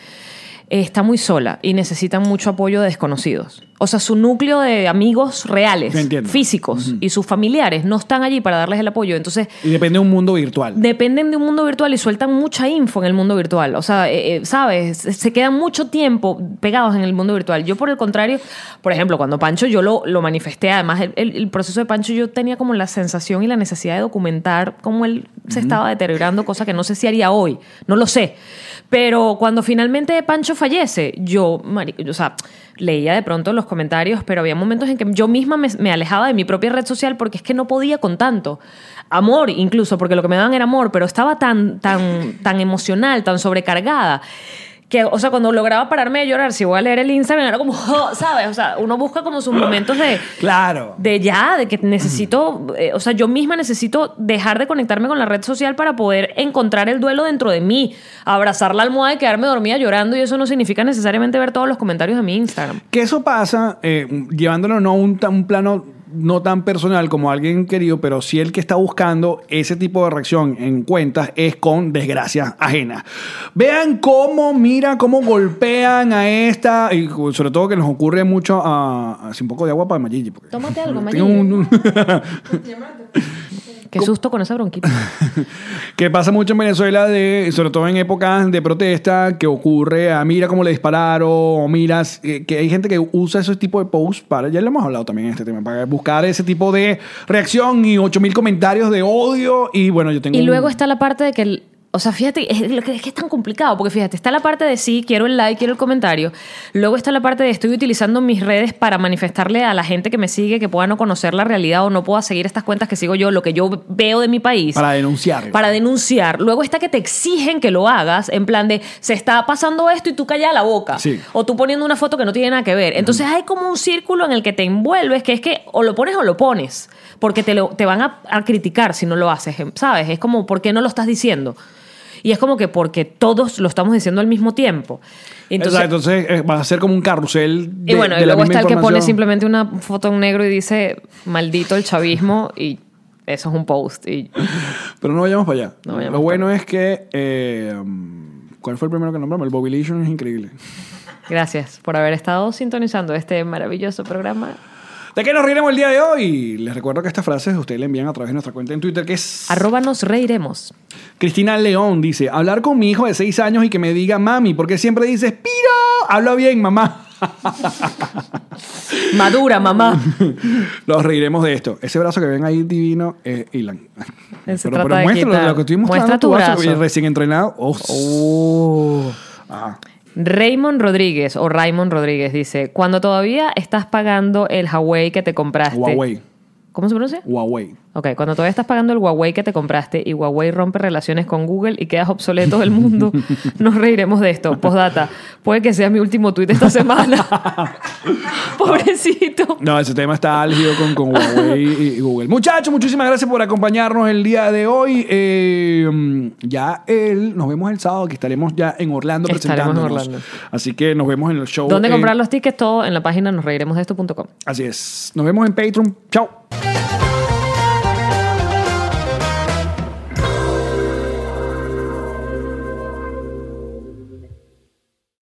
[SPEAKER 1] eh, está muy sola y necesita mucho apoyo de desconocidos. O sea, su núcleo de amigos reales,
[SPEAKER 3] Yo entiendo.
[SPEAKER 1] físicos y sus familiares no están allí para darles el apoyo. Entonces,
[SPEAKER 3] y depende de un mundo virtual.
[SPEAKER 1] dependen de un mundo virtual y sueltan mucha info en el mundo virtual. O sea, eh, eh, ¿sabes? Se quedan mucho tiempo pegados en el mundo virtual. Yo, por el contrario, por ejemplo, cuando Pancho yo lo, lo manifesté, además, el, el- el proceso de Pancho yo tenía como la sensación y la necesidad de documentar cómo él se estaba deteriorando, cosa que no sé si haría hoy, no lo sé. Pero cuando finalmente Pancho fallece, yo, mari- o sea, leía de pronto los comentarios, pero había momentos en que yo misma me, me alejaba de mi propia red social porque es que no podía con tanto. Amor, incluso, porque lo que me daban era amor, pero estaba tan, tan, tan emocional, tan sobrecargada. Que, o sea, cuando lograba pararme de llorar, si voy a leer el Instagram, era como, "Oh", ¿sabes? O sea, uno busca como sus momentos de,
[SPEAKER 3] Claro.
[SPEAKER 1] de ya, de que necesito, eh, o sea, yo misma necesito dejar de conectarme con la red social para poder encontrar el duelo dentro de mí, abrazar la almohada y quedarme dormida llorando y eso no significa necesariamente ver todos los comentarios de mi Instagram.
[SPEAKER 3] Que eso pasa, eh, llevándolo no a un, ta- un plano no tan personal como alguien querido, pero sí el que está buscando ese tipo de reacción en cuentas es con desgracias ajenas. Vean cómo, mira, cómo golpean a esta, y sobre todo que nos ocurre mucho a... a- sin poco de agua para Mayigi. porque-
[SPEAKER 1] Tómate algo,
[SPEAKER 3] Tengo
[SPEAKER 1] Mayigi.
[SPEAKER 3] un- un-
[SPEAKER 1] Qué susto con esa bronquita.
[SPEAKER 3] que pasa mucho en Venezuela, de, sobre todo en épocas de protesta, que ocurre a mira cómo le dispararon, o miras, eh, que hay gente que usa ese tipo de posts para, ya lo hemos hablado también en este tema, para buscar ese tipo de reacción y 8000 comentarios de odio y bueno, yo tengo...
[SPEAKER 1] Y
[SPEAKER 3] un-
[SPEAKER 1] luego está la parte de que, el- o sea, fíjate, es, lo que- es que es tan complicado, porque fíjate, está la parte de sí, quiero el like, quiero el comentario. Luego está la parte de estoy utilizando mis redes para manifestarle a la gente que me sigue que pueda no conocer la realidad o no pueda seguir estas cuentas que sigo yo, lo que yo veo de mi país.
[SPEAKER 3] Para denunciar.
[SPEAKER 1] Para denunciar. Luego está que te exigen que lo hagas, en plan de se está pasando esto y tú calla la boca.
[SPEAKER 3] Sí.
[SPEAKER 1] O tú poniendo una foto que no tiene nada que ver. Entonces hay como un círculo en el que te envuelves, que es que o lo pones o lo pones. Porque te, lo, te van a, a criticar si no lo haces, em, ¿sabes? Es como, ¿por qué no lo estás diciendo? Y es como que porque todos lo estamos diciendo al mismo tiempo. Entonces,
[SPEAKER 3] Exacto, entonces eh, va a ser como un carrusel de
[SPEAKER 1] y bueno,
[SPEAKER 3] de
[SPEAKER 1] y
[SPEAKER 3] la
[SPEAKER 1] luego está
[SPEAKER 3] misma
[SPEAKER 1] el que pone
[SPEAKER 3] información.
[SPEAKER 1] simplemente una foto en negro y dice, maldito el chavismo, y eso es un post. Y
[SPEAKER 3] Pero no vayamos para allá.
[SPEAKER 1] No vayamos
[SPEAKER 3] Lo bueno es que... eh, ¿Cuál fue el primero que nombramos? El Bobilation es increíble.
[SPEAKER 1] Gracias por haber estado sintonizando este maravilloso programa.
[SPEAKER 3] ¿De qué nos reiremos el día de hoy? Les recuerdo que estas frases ustedes le envían a través de nuestra cuenta en Twitter, que es
[SPEAKER 1] Arroba nos reiremos.
[SPEAKER 3] Cristina León dice, hablar con mi hijo de 6 años y que me diga, mami, porque siempre dices, piro, habla bien, mamá.
[SPEAKER 1] Madura, mamá.
[SPEAKER 3] Los reiremos de esto. Ese brazo que ven ahí divino es Ilan.
[SPEAKER 1] Se trata de
[SPEAKER 3] muéstralo,
[SPEAKER 1] quitar.
[SPEAKER 3] lo que estoy mostrando
[SPEAKER 1] Muestra
[SPEAKER 3] tu
[SPEAKER 1] tu
[SPEAKER 3] brazo,
[SPEAKER 1] brazo.
[SPEAKER 3] recién entrenado. Oh, Ah.
[SPEAKER 1] Raymond Rodríguez o Raymond Rodríguez dice, cuando todavía estás pagando el Huawei que te compraste.
[SPEAKER 3] Huawei.
[SPEAKER 1] ¿Cómo se pronuncia?
[SPEAKER 3] Huawei.
[SPEAKER 1] Ok, cuando todavía estás pagando el Huawei que te compraste y Huawei rompe relaciones con Google y quedas obsoleto del mundo, nos reiremos de esto. Postdata, puede que sea mi último tuit esta semana. Pobrecito.
[SPEAKER 3] No, ese tema está álgido con, con Huawei y y Google. Muchachos, muchísimas gracias por acompañarnos el día de hoy. Eh, ya el, nos vemos el sábado, que estaremos ya en Orlando
[SPEAKER 1] Estaremos en
[SPEAKER 3] presentándonos.
[SPEAKER 1] Orlando.
[SPEAKER 3] Así que nos vemos en el show.
[SPEAKER 1] ¿Dónde
[SPEAKER 3] en-
[SPEAKER 1] comprar los tickets? Todo en la página nos reiremos de esto.com.
[SPEAKER 3] Así es. Nos vemos en Patreon. Chao.